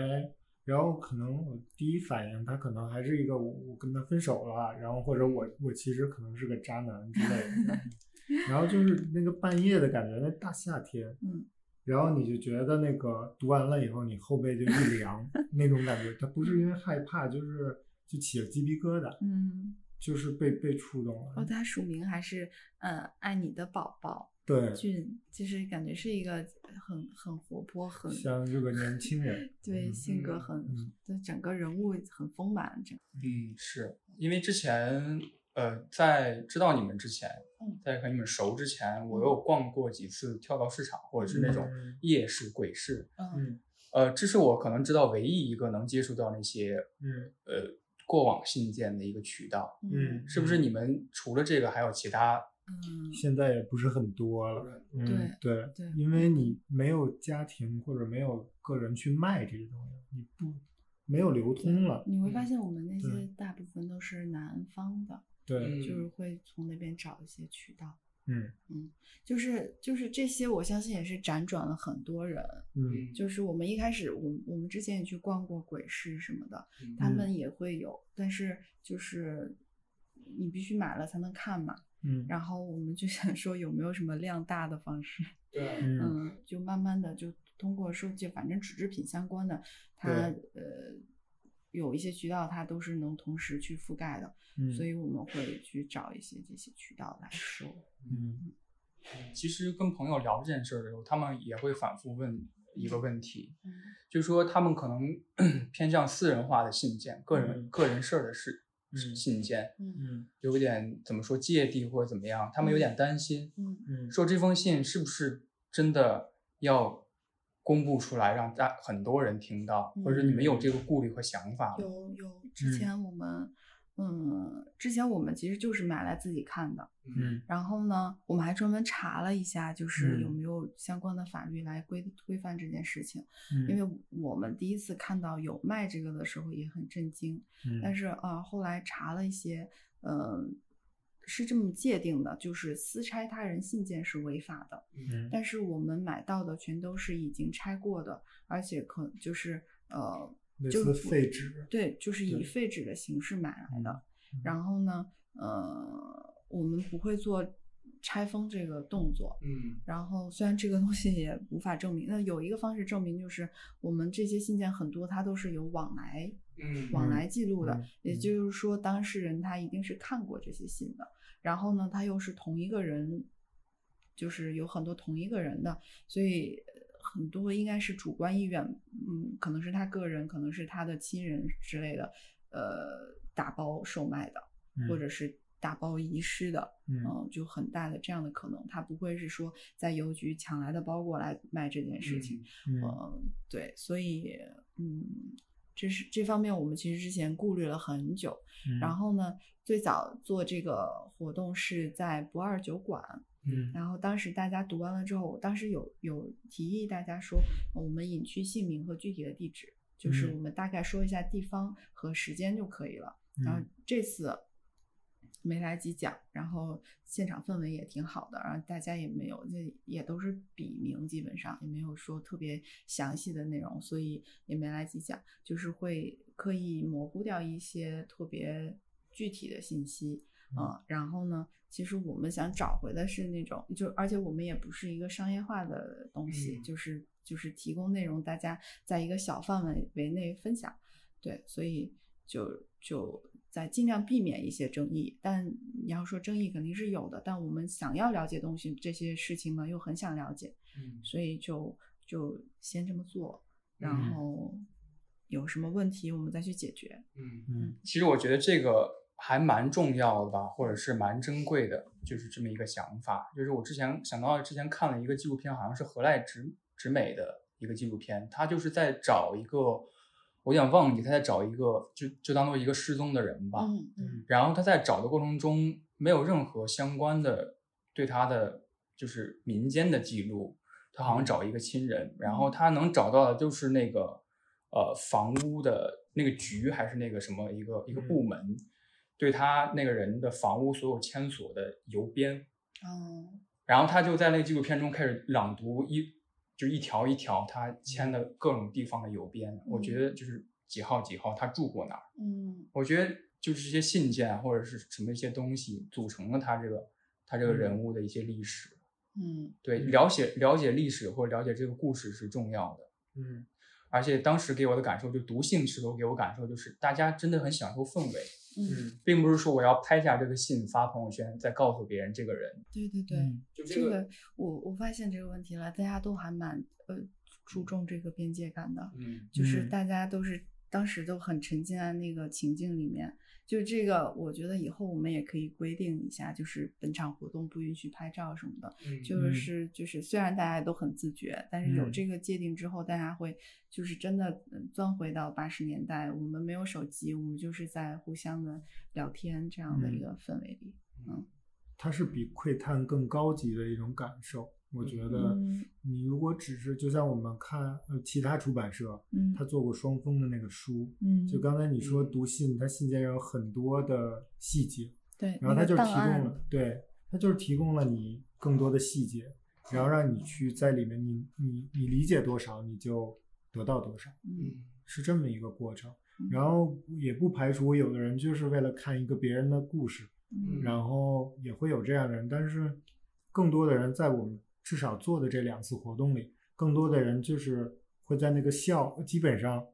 S2: 然后可能我第一反应，他可能还是一个我我跟他分手了，然后或者我我其实可能是个渣男之类
S3: 嗯
S2: 的， 然后就是那个半夜的感觉，那大夏天，
S3: 嗯，
S2: 然后你就觉得那个读完了以后，你后背就一 凉那种感觉，他不是因为害怕，就是就起了鸡皮疙瘩，
S3: 嗯，
S2: 就是被被触动
S3: 哦，
S2: 了，
S3: 他署名还是呃“爱你的宝宝
S2: 对”，，
S3: 俊，就是感觉是一个很很活泼，很
S2: 像是个年轻人，
S3: 对性格
S1: 嗯
S3: 很
S2: 嗯，
S3: 就整个人物很丰满，整
S1: 嗯，是因为之前呃，在知道你们之前
S3: 嗯，
S1: 在和你们熟之前，我有逛过几次跳蚤市场或者是那种
S2: 嗯
S1: 夜市、鬼市。
S3: 嗯
S2: 嗯
S1: 呃，这是我可能知道唯一一个能接触到那些
S2: 嗯
S1: 呃过往信件的一个渠道。
S2: 嗯，
S1: 是不是你们除了这个还有其他？
S3: 嗯
S2: 现在也不是很多了。嗯、
S3: 对
S2: 对
S3: 对嗯
S2: 因为你没有家庭或者没有个人去卖这些东西，你不没有流通了。
S3: 你会发现我们那些
S2: 嗯对
S3: 大部分都是南方的，
S2: 对，
S1: 嗯
S3: 就是会从那边找一些渠道。
S2: 嗯
S3: 就是就是这些，我相信也是辗转了很多人。
S2: 嗯
S3: 就是我们一开始，我我们之前也去逛过鬼市什么的，
S2: 嗯
S3: 他们也会有，但是就是你必须买了才能看嘛。
S2: 嗯
S3: 然后我们就想说有没有什么量大的方式，
S4: 对，
S2: 嗯
S3: 嗯，就慢慢的就通过收集，反正纸制品相关的，它呃有一些渠道它都是能同时去覆盖的，
S2: 嗯，
S3: 所以我们会去找一些这些渠道来收。
S2: 嗯
S1: 其实跟朋友聊这件事儿的时候，他们也会反复问一个问题，
S3: 嗯
S1: 就是说他们可能 偏向私人化的信件，个人、
S2: 嗯
S1: 个人事儿的事、
S2: 嗯
S1: 信件，
S2: 嗯
S1: 有点怎么说芥蒂或者怎么样，他们有点担心，
S3: 嗯
S2: 嗯
S1: 说这封信是不是真的要公布出来，让大很多人听到，
S3: 嗯
S1: 或者你们有这个顾虑和想法吗？
S3: 有有，之前我们嗯，之前我们其实就是买来自己看的，
S2: 嗯
S3: 然后呢，我们还专门查了一下，就是有
S2: 嗯
S3: 没有相关的法律来规规范这件事情。
S2: 嗯，
S3: 因为我们第一次看到有卖这个的时候也很震惊，但
S2: 是
S3: 是啊、呃后来查了一些，嗯、是这么界定的，就是私拆他人信件是违法的。
S2: 嗯
S3: 但是我们买到的全都是已经拆过的，而且可就是呃，
S2: 类
S3: 就
S2: 似
S3: 是
S2: 废纸，
S3: 对，就是以
S2: 对
S3: 废纸的形式买来的。
S2: 嗯
S3: 然后呢，呃，我们不会做拆封这个动作。
S4: 嗯
S3: 然后虽然这个东西也无法证明，那有一个方式证明就是我们这些信件很多它都是有往来
S4: 嗯
S3: 往
S2: 嗯
S3: 来记录的，
S2: 嗯
S3: 也
S2: 嗯
S3: 就是说当事人他一定是看过这些信的，然后呢，他又是同一个人，就是有很多同一个人的，所以呃很多应该是主观意愿，嗯，可能是他个人，可能是他的亲人之类的，呃，打包售卖的，或
S2: 嗯
S3: 者是打包遗失的，
S2: 嗯
S3: 嗯，就很大的这样的可能，他不会是说在邮局抢来的包裹来卖这件事情。
S2: 嗯
S3: 嗯，对，所以嗯，这是这方面我们其实之前顾虑了很久。
S2: 嗯，
S3: 然后呢，最早做这个活动是在不二酒馆，
S2: 嗯
S3: 然后当时大家读完了之后，我当时有有提议大家说，我们隐去姓名和具体的地址，就是
S2: 嗯
S3: 我们大概说一下地方和时间就可以了。然后
S2: 嗯
S3: 这次没来及讲，然后现场氛围也挺好的，然后大家也没有，这也都是笔名，基本上也没有说特别详细的内容，所以也没来及讲，就是会刻意模糊掉一些特别具体的信息。
S2: 嗯
S3: 啊、然后呢？其实我们想找回的是那种，就而且我们也不是一个商业化的东西，
S4: 嗯
S3: 就是就是提供内容，大家在一个小范围围内分享。对，所以就就在尽量避免一些争议。但你要说争议肯定是有的，但我们想要了解东西这些事情呢，又很想了解，
S4: 嗯
S3: 所以就就先这么做，然
S2: 嗯
S3: 后有什么问题我们再去解决。
S4: 嗯
S2: 嗯
S1: 其实我觉得这个还蛮重要的吧，或者是蛮珍贵的，就是这么一个想法。就是我之前想到之前看了一个纪录片，好像是何濑直直美的一个纪录片，他就是在找一个，我有点忘记，他在找一个就就当做一个失踪的人吧。
S3: 嗯
S2: 嗯
S1: 然后他在找的过程中没有任何相关的对他的就是民间的记录，他好像找一个亲人，然后他能找到的就是那个呃房屋的那个局还是那个什么一个一个部门，对他那个人的房屋所有签锁的邮编，
S3: 哦，
S1: 然后他就在那个纪录片中开始朗读一就一条一条他签的各种地方的邮编，我觉得就是几号几号他住过哪儿。
S3: 嗯
S1: 我觉得就是这些信件啊或者是什么一些东西组成了他这个他这个人物的一些历史。
S3: 嗯
S1: 对，
S2: 嗯
S1: 了解了解历史或者了解这个故事是重要的。
S2: 嗯
S1: 而且当时给我的感受，就读信时候给我感受就是，大家真的很享受氛围，
S3: 嗯，
S2: 嗯，
S1: 并不是说我要拍下这个信发朋友圈，再告诉别人这个人。
S3: 对对对。
S2: 嗯
S4: 就这
S3: 这
S4: 个
S3: 个，我我发现这个问题了，大家都还蛮呃注重这个边界感的，
S4: 嗯
S3: 就是
S2: 嗯
S3: 大家都是当时都很沉浸在那个情境里面。就这个，我觉得以后我们也可以规定一下，就是本场活动不允许拍照什么的。
S4: 嗯
S3: 就
S2: 嗯
S3: 是就是，虽然大家都很自觉，但是有
S2: 嗯
S3: 这个界定之后，大家会就是真的嗯钻回到八十年代，我们没有手机，我们就是在互相的聊天这样的
S2: 嗯
S3: 一个氛围里。
S2: 它是比窥探更高级的一种感受。我觉得
S3: 嗯
S2: 你如果只是就像我们看呃其他出版社，
S3: 嗯
S2: 他做过双峰的那个书，
S3: 嗯，
S2: 就刚才你说读信，它信件上有很多的细节，
S3: 对，
S2: 然后
S3: 那
S2: 它
S3: 个
S2: 就提
S3: 档案
S2: 供了，对，它就是提供了你更多的细节，然后让你去在里面你，你你理解多少，你就得到多少，
S3: 嗯
S2: 是这么一个过程。然后也不排除有的人就是为了看一个别人的故事，
S3: 嗯
S2: 然后也会有这样的人，但是更多的人在我们至少做的这两次活动里，更多的人就是会在那个笑，基本上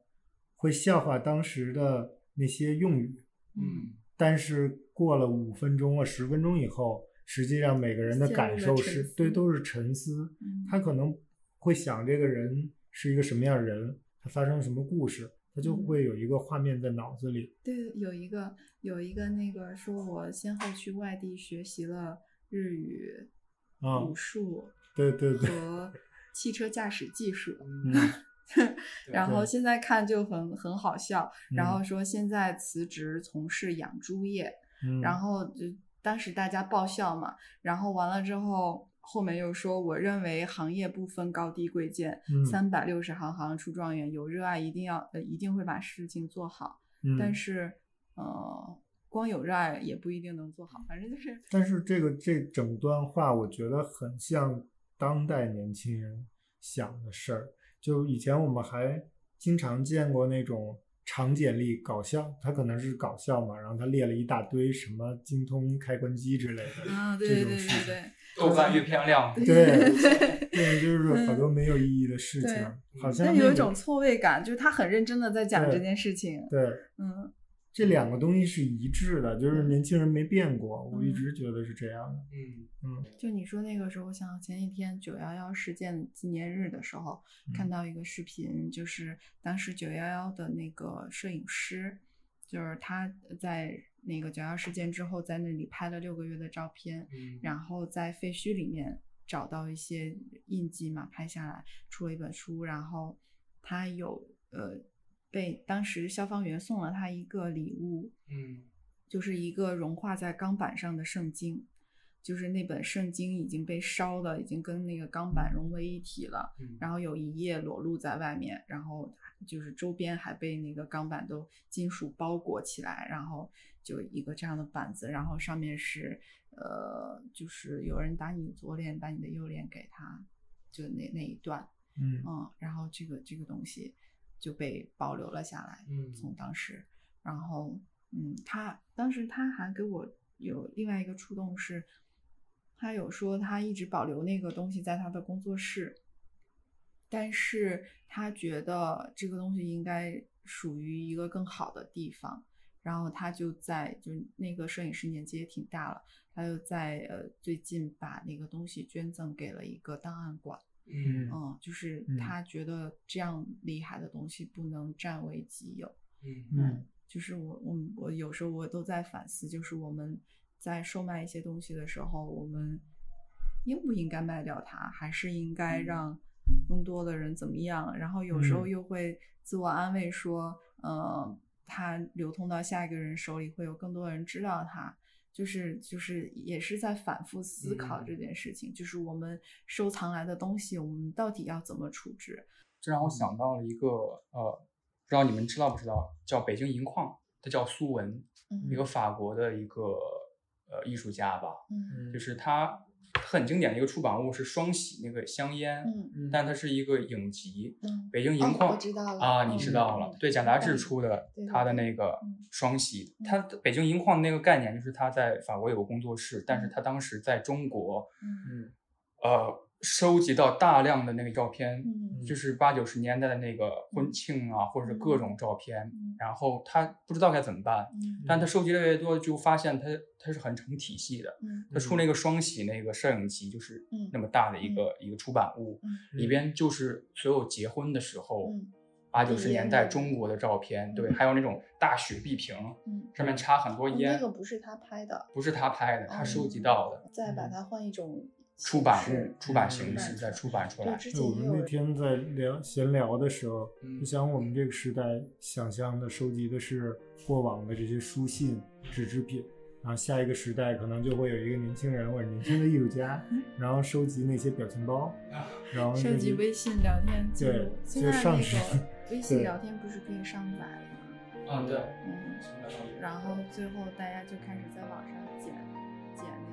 S2: 会笑话当时的那些用语，
S3: 嗯，
S2: 但是过了五分钟啊十分钟以后，实际上每个人的
S3: 陷入
S2: 感
S3: 了
S2: 受
S3: 沉
S2: 是
S3: 思
S2: 对都是沉思，
S3: 嗯
S2: 他可能会想这个人是一个什么样的人，他发生了什么故事，他就
S3: 嗯
S2: 会有一个画面在脑子里。
S3: 对，有一个有一个那个说，我先后去外地学习了日语、
S2: 啊
S3: 武术
S2: 对对对，
S3: 和汽车驾驶技术，
S2: 嗯，
S1: 对
S3: 然后
S2: 对
S3: 现在看就很很好笑。然
S2: 嗯
S3: 后说现在辞职从事养猪业，
S2: 嗯
S3: 然后就当时大家爆笑嘛，然后完了之后。后面又说，我认为行业不分高低贵贱，
S2: 嗯
S3: 三百六十行行出状元，有热爱一定要呃一定会把事情做好。
S2: 嗯
S3: 但是呃，光有热爱也不一定能做好，反 正就是
S2: 但是这个这整段话，我觉得很像当代年轻人想的事儿。就以前我们还经常见过那种长简历搞笑，他可能是搞笑嘛，然后他列了一大堆什么精通开关机之类的，
S3: 啊，对
S2: 这
S3: 对
S2: 种
S3: 对
S2: 事
S3: 对
S2: 情
S3: 对，
S1: 豆瓣阅片 量，
S2: 对，对，就是好多没有意义的事情，
S1: 对
S2: 好像、那
S3: 嗯但
S2: 个、
S3: 有一种错位感，就是他很认真的在讲这
S2: 对
S3: 件事情，
S2: 对。
S3: 嗯
S2: 这两个东西是一致的，就是年轻人没变过，我一
S3: 嗯
S2: 直觉得是这样的。
S1: 嗯，
S2: 嗯，
S3: 就你说那个时候，我想到前几天九幺幺事件纪念日的时候，看到一个视频，就是当时九幺幺的那个摄影师，就是他在那个九幺事件之后，在那里拍了六个月的照片，然后在废墟里面找到一些印记嘛，拍下来出了一本书，然后他有呃被当时消防员送了他一个礼物，
S1: 嗯，
S3: 就是一个融化在钢板上的圣经，就是那本圣经已经被烧了，已经跟那个钢板融为一体了，
S1: 嗯
S3: 然后有一页裸露在外面，然后就是周边还被那个钢板都金属包裹起来，然后就一个这样的板子，然后上面是呃，就是有人打你左脸，把你的右脸给他，就那那一段，
S2: 嗯
S3: 嗯，然后这个这个东西就被保留了下来，
S1: 嗯
S3: 从当时，然后嗯，他当时他还给我有另外一个触动是，他有说他一直保留那个东西在他的工作室，但是他觉得这个东西应该属于一个更好的地方，然后他就在就是那个摄影师年纪也挺大了，他就在呃最近把那个东西捐赠给了一个档案馆。
S1: 嗯
S3: 嗯，就是
S2: 嗯
S3: 他觉得这样厉害的东西不能占为己有。
S1: 嗯
S2: 嗯，
S3: 就是我我们我有时候我都在反思，就是我们在售卖一些东西的时候，我们应不应该卖掉它，还是应该让更多的人怎么样？然后有时候
S2: 嗯
S3: 又会自我安慰说，呃，它流通到下一个人手里，会有更多人知道它。就是就是也是在反复思考
S1: 嗯
S3: 这件事情，就是我们收藏来的东西，我们到底要怎么处置？
S1: 这让我想到了一个呃，不知道你们知道不知道，叫北京银矿，它叫苏文，
S3: 嗯
S1: 一个法国的一个呃艺术家吧，
S3: 嗯
S1: 就是他很经典的一个出版物是双喜那个香烟，
S3: 嗯
S2: 嗯
S1: 但它是一个影集，
S3: 嗯，
S1: 北京银
S3: 哦
S1: 矿、
S3: 我知道了
S1: 啊，你知道
S3: 嗯
S1: 了
S3: 嗯，
S1: 对，贾达志出的
S3: 对对
S1: 他的那个
S3: 嗯
S1: 双喜，
S3: 嗯
S1: 他北京银矿那个概念就是他在法国有个工作室，但是
S3: 嗯
S1: 他当时在中国，
S3: 嗯
S1: 呃，收集到大量的那个照片，
S3: 嗯
S1: 就是八九十年代的那个婚庆啊，或者是各种照片，然后他不知道该怎么办，
S3: 嗯
S1: 但他收集的越多，就发现他他是很成体系的。
S3: 嗯
S1: 他出那个双喜那个摄影集，就是
S3: 嗯
S1: 那么大的一个、一个出版物，
S3: 嗯
S1: 里边就是所有结婚的时候
S3: 嗯，
S1: 八九十
S3: 烟
S1: 年代
S3: 的
S1: 中国的照片，对，
S3: 嗯
S1: 还有那种大雪碧瓶，
S3: 嗯
S1: 上面插很多
S3: 哦
S1: 烟，
S3: 那个不是他拍的，
S1: 不是他拍的，他收集
S3: 嗯
S1: 到的，
S3: 再把它换一种
S1: 出版
S3: 形式
S1: 物、出版
S2: 嗯
S1: 形式再出版出
S3: 对，
S1: 来，
S3: 之
S2: 对，
S3: 前
S2: 我
S3: 也
S2: 们
S3: 有
S2: 那
S3: 人
S2: 天在聊闲聊的时候，
S1: 嗯
S2: 就想我们这个时代想象的收集的是过往的这些书信、纸制品，然后下一个时代可能就会有一个年轻人或者年轻的艺术家，然后收集那些表情包，然后
S3: 嗯收
S2: 那
S3: 集
S2: 些
S3: 微信聊天记录
S2: 对，
S3: 现
S2: 就
S3: 在那
S2: 上市
S3: 个微信
S2: 对
S3: 聊天不是可以上载了吗？
S1: 啊，对，
S3: 嗯，然后最后大家就开始在网上剪剪那